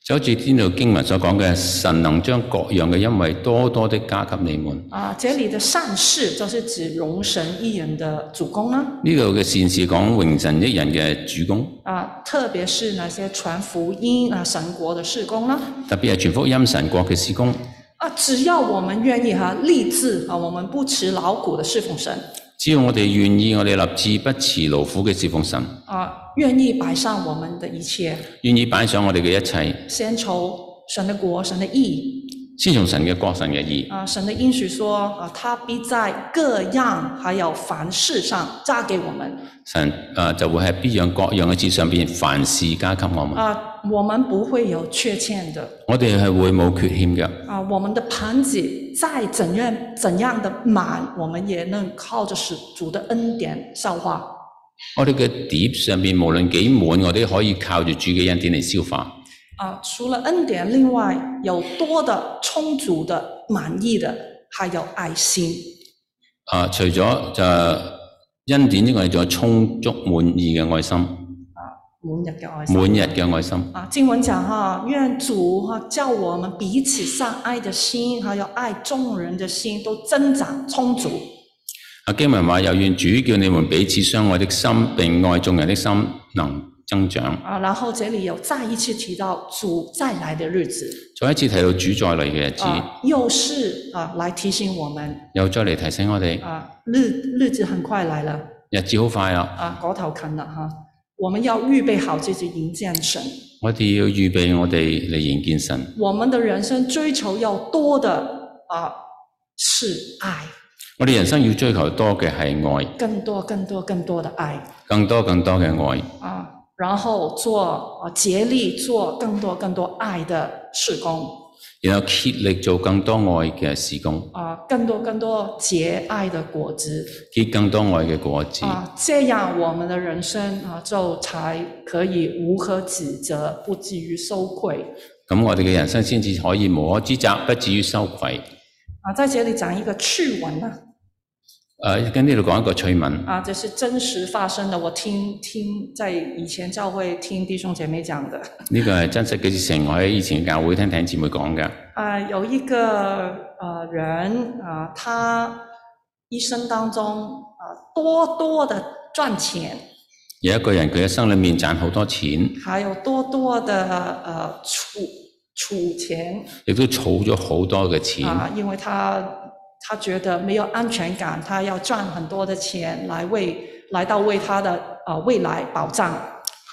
Speaker 2: 就好似呢度經文所講嘅，神能將各樣嘅恩惠多多的加給你們。
Speaker 3: 啊，这里的善事就是指容神一人的主公啦、
Speaker 2: 呢度嘅善事講榮神益人嘅主公，
Speaker 3: 啊，特别是那些传福音啊、神国的事工啦、
Speaker 2: 特別係全福音神國嘅事工。
Speaker 3: 啊。只要我们愿意哈、立志啊，我们不辞劳苦的侍奉神
Speaker 2: 只要我哋願意，我哋立志不辭勞苦嘅侍奉神，
Speaker 3: 啊，愿意摆上我们的一切，
Speaker 2: 願意擺上我哋嘅一切，
Speaker 3: 先求神的国、神的义
Speaker 2: 先從神嘅國、神嘅義。
Speaker 3: 啊，神的应许说啊，他必在各样还有凡事上加给我们
Speaker 2: 神呃就會喺必樣各樣嘅事上邊，凡事加給我們。
Speaker 3: 啊，我们不会有缺欠的
Speaker 2: 我哋係會冇缺欠嘅，
Speaker 3: 啊，我们的盘子再怎样怎样的满，我们也能靠着是主的恩典消化
Speaker 2: 我哋嘅碟上邊無論幾滿，我哋可以靠住主嘅恩典嚟消化。
Speaker 3: 啊。除了恩典，另外有多的、充足的、满意的，还有爱心
Speaker 2: 啊，除咗就恩典之外，仲有充足滿意嘅愛心，
Speaker 3: 满日的爱心。
Speaker 2: 滿日嘅愛心。
Speaker 3: 啊，经文讲哈，愿主哈叫我们彼此相爱的心，还有爱众人的心都增长充足
Speaker 2: 啊，經文話：又願主叫你們彼此相愛的心，並愛眾人的心能增長。
Speaker 3: 啊。然后这里有再一次提到主再来的日子
Speaker 2: 再一次提到主再嚟嘅日子，
Speaker 3: 啊，又是啊来提醒我们
Speaker 2: 又再嚟提醒我哋，
Speaker 3: 啊，日日子很快来了
Speaker 2: 日子好快啦，
Speaker 3: 啊，狗头啃了哈、我们要预备好自己迎见神。
Speaker 2: 我哋要預備我哋嚟迎見神。
Speaker 3: 我们的人生追求要多的啊是爱，
Speaker 2: 我哋人生要追求多嘅係愛，
Speaker 3: 更多更多更多的爱。
Speaker 2: 更多更多嘅愛，
Speaker 3: 啊，然后做啊竭力做更多更多爱的事工
Speaker 2: 然後竭力做更多愛嘅事工，
Speaker 3: 啊，更多更多结爱的果子
Speaker 2: 結更多愛嘅果子。
Speaker 3: 啊，这样我们的人生啊就才可以无可指责，不至于羞愧
Speaker 2: 咁我哋嘅人生先至可以無可指責，不至於羞愧。
Speaker 3: 啊。在这里讲一个趣闻啊，
Speaker 2: 誒，跟呢度講一個趣聞，
Speaker 3: 啊，这是真实发生的，我听听在以前教会听弟兄姐妹讲的
Speaker 2: 呢個係真實嘅事情，我喺以前教會聽聽姊妹講嘅。
Speaker 3: 啊，有呃一个呃人啊，他一生当中啊啊多多的赚钱，
Speaker 2: 有一個人佢一生裏面賺好多錢，
Speaker 3: 还有多多的呃储储钱
Speaker 2: 亦都儲咗好多嘅錢，
Speaker 3: 啊，因为他他觉得没有安全感，他要赚很多的钱来为来到为他的呃未来保障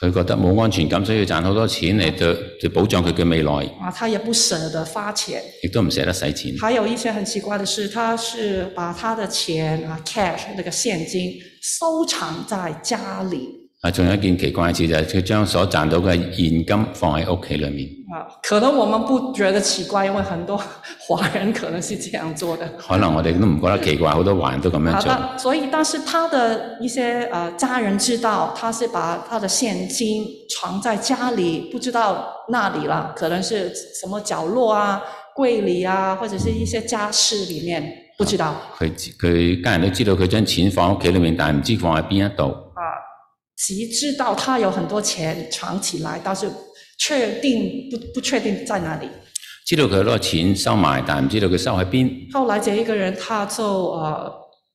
Speaker 2: 佢覺得冇安全感，所以賺好多錢嚟到就保障佢嘅未來，
Speaker 3: 啊，他也不舍得花钱。
Speaker 2: 亦都唔捨得使錢。
Speaker 3: 还有一些很奇怪的是，他是把他的钱啊 cash 那个现金收藏在家里
Speaker 2: 啊，仲有一件奇怪嘅事就係佢將所賺到嘅現金放喺屋企裏面，
Speaker 3: 啊，可能我们不觉得奇怪，因为很多 华人可能是这样做的。
Speaker 2: 可能我哋都唔覺得奇怪，好多華人都咁樣
Speaker 3: 好
Speaker 2: 做。
Speaker 3: 的，所以但是他的一些呃家人知道，他是把他的现金藏在家里，不知道那里了，可能是什么角落啊、柜里啊，或者是一些家饰里面，不知道。
Speaker 2: 佢知佢家人都知道佢將錢放喺屋企裏面，但係唔知放喺邊一度。
Speaker 3: 啊，即知道他有很多钱藏起来，但是确定不不确定在哪里。
Speaker 2: 知道佢攞錢收埋，但係唔知道佢收喺邊。
Speaker 3: 后来这一个人他就呃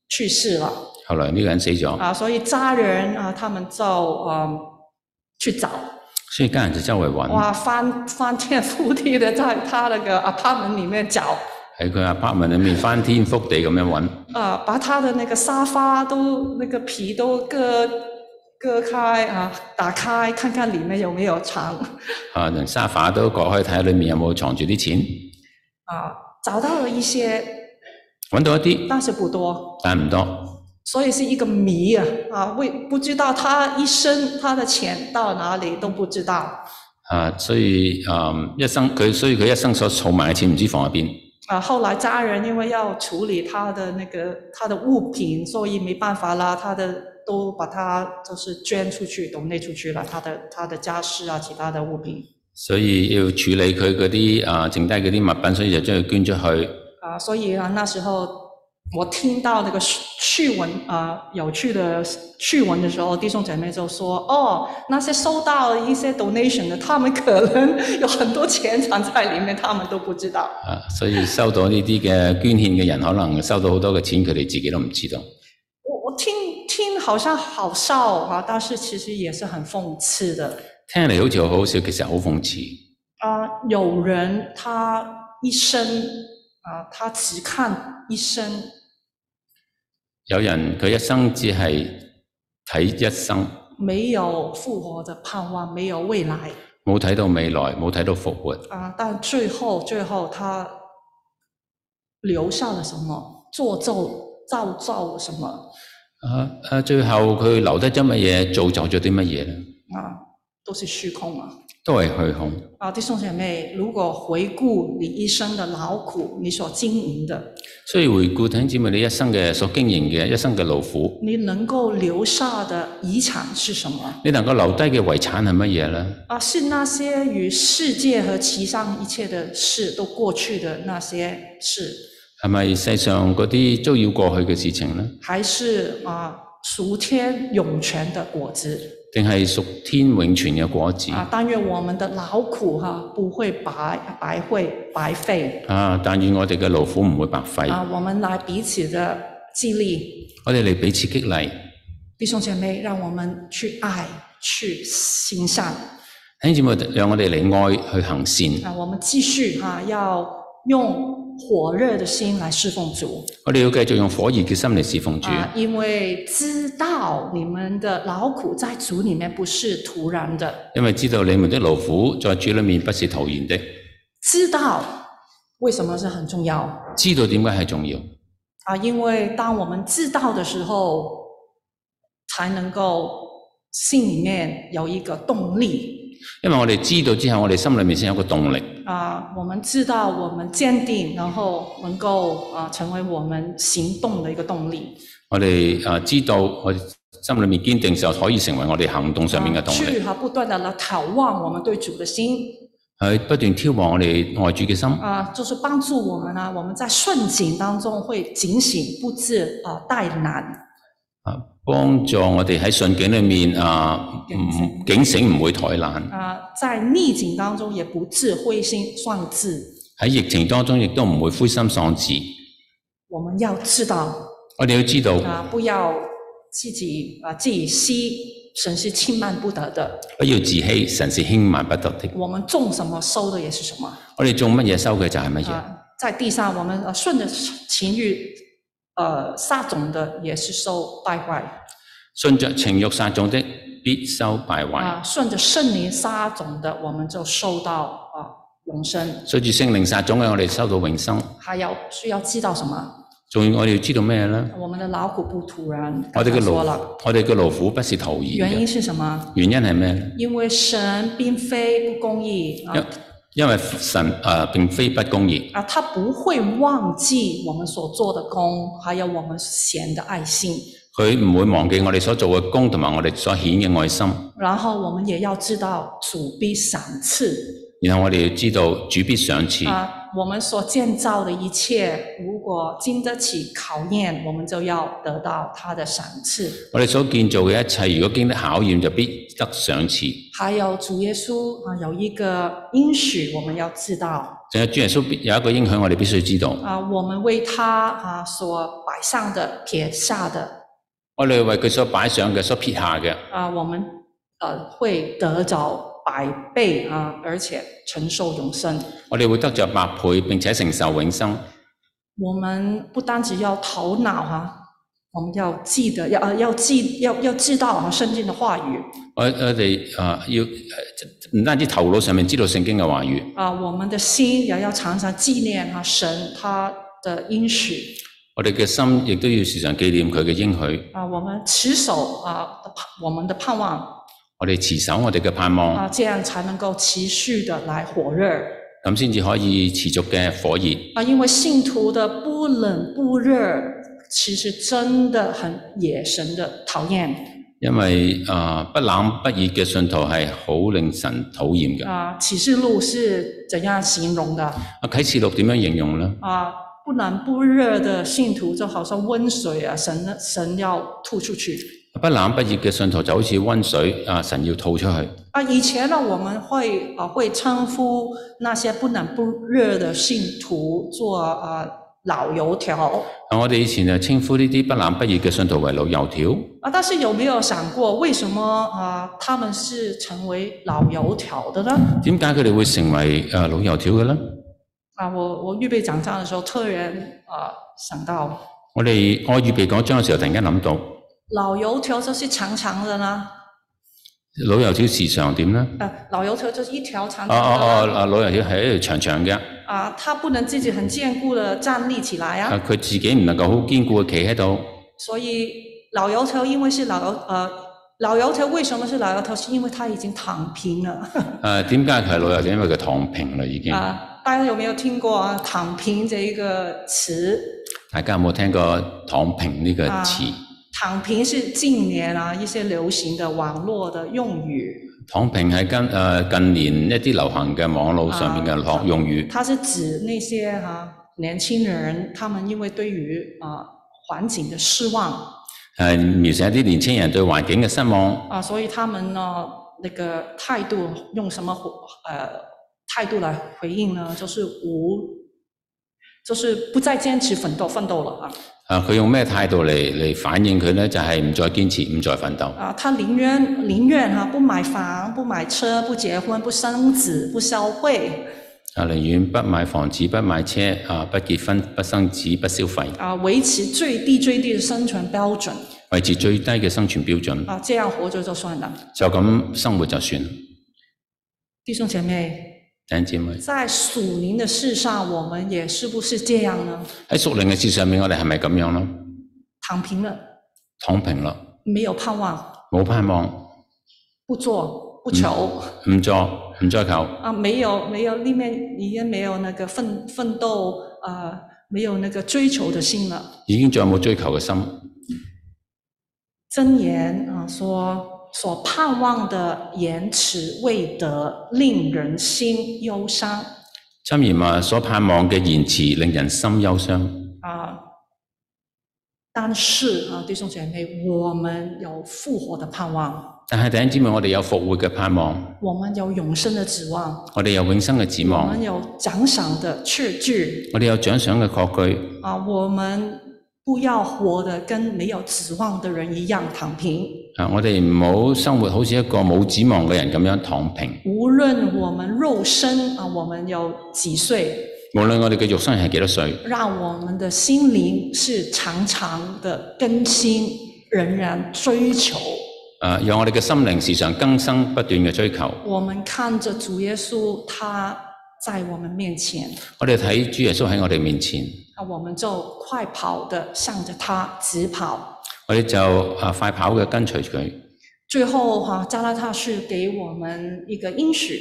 Speaker 3: 去世了
Speaker 2: 後來呢個人死咗，
Speaker 3: 啊，所以家人啊他们就嗯去找，
Speaker 2: 所以家人就周圍揾
Speaker 3: 哇翻翻天覆地的在他那个 apartment 里面找
Speaker 2: 喺佢 apartment 裏面翻天覆地咁樣揾，
Speaker 3: 啊，把他的那个沙发都那个皮都割割开啊，打开看看里面有没有藏。
Speaker 2: 啊連沙發都割開睇下裏面有冇藏住啲錢，
Speaker 3: 啊，找到了一些，
Speaker 2: 揾到一啲，
Speaker 3: 但是不多。
Speaker 2: 但係唔多，
Speaker 3: 所以是一个谜啊啊，为不知道他一生他的钱到哪里都不知道
Speaker 2: 啊所以啊、嗯一生佢所以佢一生所儲埋嘅錢唔知放喺邊。
Speaker 3: 啊。后来家人因为要处理他的那个他的物品，所以没办法啦，他的都把他就是捐出去、都内出去了，他的他的家饰啊，其他的物品
Speaker 2: 所以要處理佢嗰啲啊剩低嗰啲物品，所以就將佢捐出去。
Speaker 3: 啊，所以啊那时候。我听到那个趣趣闻啊、有趣的趣闻的时候，弟兄姐妹就说：“哦，那些收到一些 donation 的，他们可能 有很多钱藏在里面，他们都不知道。”
Speaker 2: 啊，所以收到呢啲嘅捐獻嘅人，可能收到好多嘅錢，佢哋自己都唔知道。
Speaker 3: 我我听听好像好笑啊，但是其实也是很讽刺的
Speaker 2: 聽嚟好似好好笑，其實好諷刺。
Speaker 3: 啊、有人他一生啊、他只看一生
Speaker 2: 有人佢一生只係睇一生，
Speaker 3: 没有复活的盼望，没有未来
Speaker 2: 冇睇到未來，冇睇到復活。
Speaker 3: 啊、但最后最后他留下了什么？做咒造造什么
Speaker 2: 啊啊！最後佢留低咗乜嘢，造就咗啲乜嘢咧？
Speaker 3: 啊、都是虚空啊。
Speaker 2: 都係虛空。
Speaker 3: 啊，弟兄姐妹，如果回顾你一生的劳苦，你所经营的，
Speaker 2: 所以回顧弟兄姊妹，你一生嘅所經營嘅一生嘅勞苦，
Speaker 3: 你能够留下的遗产是什么？
Speaker 2: 你能夠留低嘅遺產係乜嘢咧？
Speaker 3: 啊，是那些与世界和其上一切的事都过去的那些事，
Speaker 2: 係咪世上嗰啲都要過去嘅事情呢？
Speaker 3: 还是啊属天涌泉的果子？
Speaker 2: 定係屬天永存嘅果子？
Speaker 3: 啊，但愿我们的劳苦哈、不会白白费白费
Speaker 2: 啊！但願我哋嘅勞苦唔會白費，
Speaker 3: 啊，我们来彼此的激励，
Speaker 2: 我哋嚟彼此激勵。
Speaker 3: 弟兄姐妹，让我们去爱，去行善。
Speaker 2: 弟兄姊妹，讓我哋嚟愛去行善。
Speaker 3: 啊，我们继续哈、要用火热的心来侍奉主。
Speaker 2: 我哋要繼續用火熱嘅心嚟侍奉主，
Speaker 3: 啊，因为知道你们的劳苦在主里面不是突然的，
Speaker 2: 因為知道你們的勞苦在主裏面不是徒然的。
Speaker 3: 知道为什么是很重要
Speaker 2: 知道點解係重要
Speaker 3: 啊？因为当我们知道的时候，才能够心里面有一个动力
Speaker 2: 因為我哋知道之後，我哋心裏面先有個動力。
Speaker 3: 啊。我们知道，我们坚定，然后能够啊成为我们行动的一个动力，
Speaker 2: 我哋啊知道，我哋心裏面堅定就可以成為我哋行動上面嘅
Speaker 3: 啊
Speaker 2: 動
Speaker 3: 去
Speaker 2: 力，
Speaker 3: 哈、不断的来眺望我们对主的心
Speaker 2: 去不斷挑旺我哋愛主嘅心。
Speaker 3: 啊、就是帮助我们呢、我们在顺境当中会警醒，不致啊怠难
Speaker 2: 啊，幫助我哋喺順境裏面啊，唔警醒唔會怠懶，
Speaker 3: 啊、在逆境当中也不致灰心丧志。
Speaker 2: 喺疫情當中亦都唔會灰心喪志。
Speaker 3: 我们要知道
Speaker 2: 我哋要知道，
Speaker 3: 啊、不要自己啊自己吸，神是轻慢不得的。
Speaker 2: 不要自欺，神是輕慢不得的。
Speaker 3: 我们种什么，收的也是什么。
Speaker 2: 我哋種乜嘢收嘅就係乜嘢。
Speaker 3: 啊，在地上我们呃顺着情欲，呃撒种的也是收败坏
Speaker 2: 順着情欲撒種的，必收敗壞。
Speaker 3: 啊，顺着圣灵撒种的，我们就收到啊永生。
Speaker 2: 隨住聖靈撒種嘅，我哋收到永生。
Speaker 3: 还要需要知道什么？
Speaker 2: 仲要我哋要知道咩呢？
Speaker 3: 我们的劳苦不徒然，
Speaker 2: 我
Speaker 3: 刚
Speaker 2: 哋
Speaker 3: 才
Speaker 2: 嘅勞
Speaker 3: 说了，
Speaker 2: 我哋嘅勞苦不是徒然
Speaker 3: 原因
Speaker 2: 嘅。
Speaker 3: 是什么？
Speaker 2: 原因係咩呢？
Speaker 3: 因为神并非不公义啊
Speaker 2: 因因為神誒、呃、並非不公義，
Speaker 3: 啊，他不会忘记我们所做的功，还有我们显的爱心。
Speaker 2: 佢唔會忘記我哋所做嘅功同埋我哋所顯嘅愛心。
Speaker 3: 然后我们也要知道主必赏赐
Speaker 2: 然後我哋要知道主必賞賜。
Speaker 3: 啊，我们所建造的一切，如果经得起考验，我们就要得到他的赏赐。
Speaker 2: 我哋所建造嘅一切，如果經得考驗，就必得賞賜。
Speaker 3: 还有主耶稣啊，有一个应许，我们要知道
Speaker 2: 仲有主耶穌必有一個應許，我哋必須知道。
Speaker 3: 啊，我们为他啊所摆上的、撇下的
Speaker 2: 我哋為佢所擺上嘅、所撇下嘅，
Speaker 3: 啊，我们呃会得着百倍啊，而且承受永生。
Speaker 2: 我哋會得着百倍，並且承受永生。
Speaker 3: 我们不单只要头脑啊，我们要记得，要呃要记，要要知道啊圣经的话语
Speaker 2: 我我哋啊、要呃唔單止頭腦上面知道聖經嘅話語，
Speaker 3: 啊，我们的心也要常常纪念啊神他的应许
Speaker 2: 我哋嘅心亦都要時常紀念佢嘅應許。
Speaker 3: 啊，我们持守啊我们的盼望
Speaker 2: 我哋持守我哋嘅盼
Speaker 3: 啊，
Speaker 2: 望，
Speaker 3: 这样才能够持续的来火热
Speaker 2: 咁先至可以持續嘅火熱。
Speaker 3: 啊，因为信徒的不冷不热，其实真的很野神的讨厌
Speaker 2: 因為啊、不冷不熱嘅信徒係好令神討厭嘅。
Speaker 3: 啊。启示录是怎样形容的？
Speaker 2: 啊，啟示錄點樣形容呢？
Speaker 3: 啊，不冷不热的信徒就好像温水啊，神神要吐出去。
Speaker 2: 不冷不熱嘅信徒就好似温水，啊，神要吐出去。
Speaker 3: 啊，以前呢，我们会啊会称呼那些不冷不热的信徒做啊老油条
Speaker 2: 啊我哋以前就稱呼呢啲不冷不熱嘅信徒為老油條。
Speaker 3: 啊，但是有没有想过，为什么啊他们是成为老油条的呢？
Speaker 2: 點解佢哋會成為誒、呃老油條嘅咧？
Speaker 3: 啊，我我预备讲章的时候，突然啊想到，
Speaker 2: 我哋我預備講章嘅時候，突然間諗到
Speaker 3: 老油条就是长长的呢，
Speaker 2: 老油條時常點咧？
Speaker 3: 呃、老油条就是一条
Speaker 2: 哦
Speaker 3: 长长的啦。
Speaker 2: 哦哦，啊老油條係一條長長嘅，
Speaker 3: 啊，他不能自己很坚固的站立起来
Speaker 2: 啊
Speaker 3: 啊，
Speaker 2: 佢自己唔能夠好堅固嘅企喺度。
Speaker 3: 所以老油条因为是老油呃老油条为什么是老油条？是因为他已经躺平了
Speaker 2: 誒點解佢係老油條？因為佢躺平啦已經。
Speaker 3: 啊！大家有没有聽過啊“躺平”这一个词？
Speaker 2: 大家有冇聽過躺平呢個
Speaker 3: 啊
Speaker 2: 詞？
Speaker 3: 躺平是近年啊一些流行的网络的用语，
Speaker 2: 躺平係近誒、呃近年一啲流行嘅網絡上面嘅用用語。
Speaker 3: 它是指那些啊年轻人他们因为对于啊环境的失望
Speaker 2: 係呃描寫一啲年青人對環境嘅失望，
Speaker 3: 啊，所以他们呢那个态度用什么回呃态度来回应呢？就是无，就是不再坚持奋斗奋斗了啊
Speaker 2: 啊佢用咩態度嚟嚟反應佢呢？就係、唔再堅持，唔再奮鬥。
Speaker 3: 啊！他宁愿宁愿啊哈、不买房不买车不结婚不生子不消费
Speaker 2: 啊，寧願不買房子、不買車、啊不結婚、不生子、不消費，
Speaker 3: 啊，维持最低最低的生存标准
Speaker 2: 維持最低嘅生存標準，
Speaker 3: 啊，这样活着就算了。
Speaker 2: 就咁生活就算啦。
Speaker 3: 弟兄姐妹，
Speaker 2: 弟兄姊妹
Speaker 3: 在属灵的世上，我们也是不是这样呢？
Speaker 2: 喺屬靈嘅事上面，我哋係咪咁樣咯？
Speaker 3: 躺平了，
Speaker 2: 躺平啦，
Speaker 3: 没有盼望，
Speaker 2: 冇盼望，
Speaker 3: 不做不求。
Speaker 2: 唔作唔再求，
Speaker 3: 啊，没有没有，里面已经没有那个奋奋斗啊、呃没有那个追求的心了。
Speaker 2: 已經再冇追求嘅心。
Speaker 3: 箴言啊说，所盼望的延迟未得，令人心忧伤
Speaker 2: 箴言話：所盼望嘅延遲，令人心憂傷。
Speaker 3: 啊。但是啊，弟兄姐妹，我们有复活的盼望，
Speaker 2: 但係弟兄姊妹，我哋有復活嘅盼望，
Speaker 3: 我们有永生的指望，
Speaker 2: 我哋有永生嘅指
Speaker 3: 我
Speaker 2: 望
Speaker 3: 们，有奖赏的确据
Speaker 2: 我哋有獎賞嘅確據，
Speaker 3: 啊，我们不不要活得跟没有指望的人一样躺平。
Speaker 2: 啊，我哋唔好生活好似一個冇指望嘅人咁樣躺平。
Speaker 3: 无论我们肉身啊，我们有几岁，
Speaker 2: 無論我哋嘅肉身係幾多歲，
Speaker 3: 让我们的心灵是常常的更新，仍然追求。
Speaker 2: 啊，讓我哋嘅心靈時常更新不斷嘅追求。
Speaker 3: 我们看着主耶稣，他在我们面前，
Speaker 2: 我哋睇主耶穌喺我哋面前，
Speaker 3: 那我们就快跑的向着他直跑。
Speaker 2: 我哋就啊快跑嘅跟隨佢。
Speaker 3: 最后哈、加拉太是给我们一个应许，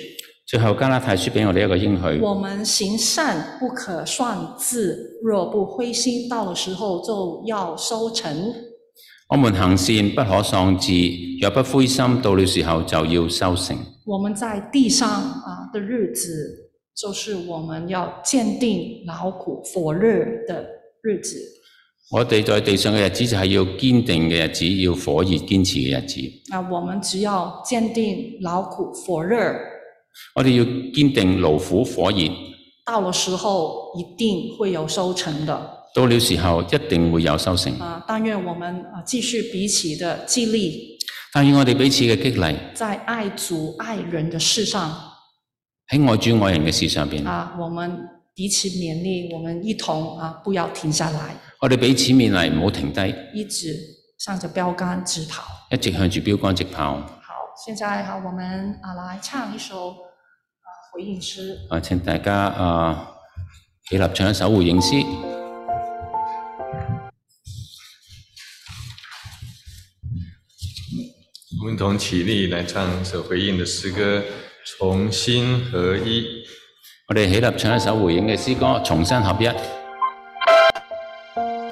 Speaker 2: 最後加拉太書俾我哋一個應許，
Speaker 3: 我们行善不可擅自，若不灰心，到了时候就要收成。
Speaker 2: 我們行善不可喪志，若不灰心，到了時候就要收成。
Speaker 3: 我们在地上啊的日子，就是我们要坚定劳苦火热的日子。
Speaker 2: 我哋在地上嘅日子就係要堅定嘅日子，要火熱堅持嘅日子。
Speaker 3: 那我们只要坚定劳苦火热，
Speaker 2: 我哋要堅定勞苦火熱，
Speaker 3: 到了时候一定会有收成的。
Speaker 2: 到了時候一定會有收成。
Speaker 3: 啊，但愿我们啊继续彼此的激励，
Speaker 2: 但願我哋彼此嘅激勵
Speaker 3: 在爱主爱人的事上
Speaker 2: 喺愛主愛人嘅事上邊，
Speaker 3: 啊，我们彼此勉励，我们一同啊不要停下来，
Speaker 2: 我哋彼此勉勵，唔好停低，
Speaker 3: 一直向着标杆直跑。
Speaker 2: 一直向住標杆直跑。
Speaker 3: 好，现在哈，我们啊来唱一首啊回应诗。
Speaker 2: 啊，請大家啊，起立唱一首回應詩。
Speaker 1: 我们同起立来唱所回应的诗歌《同心合一》。
Speaker 2: 我哋起立唱一首回應嘅詩歌，重新合一。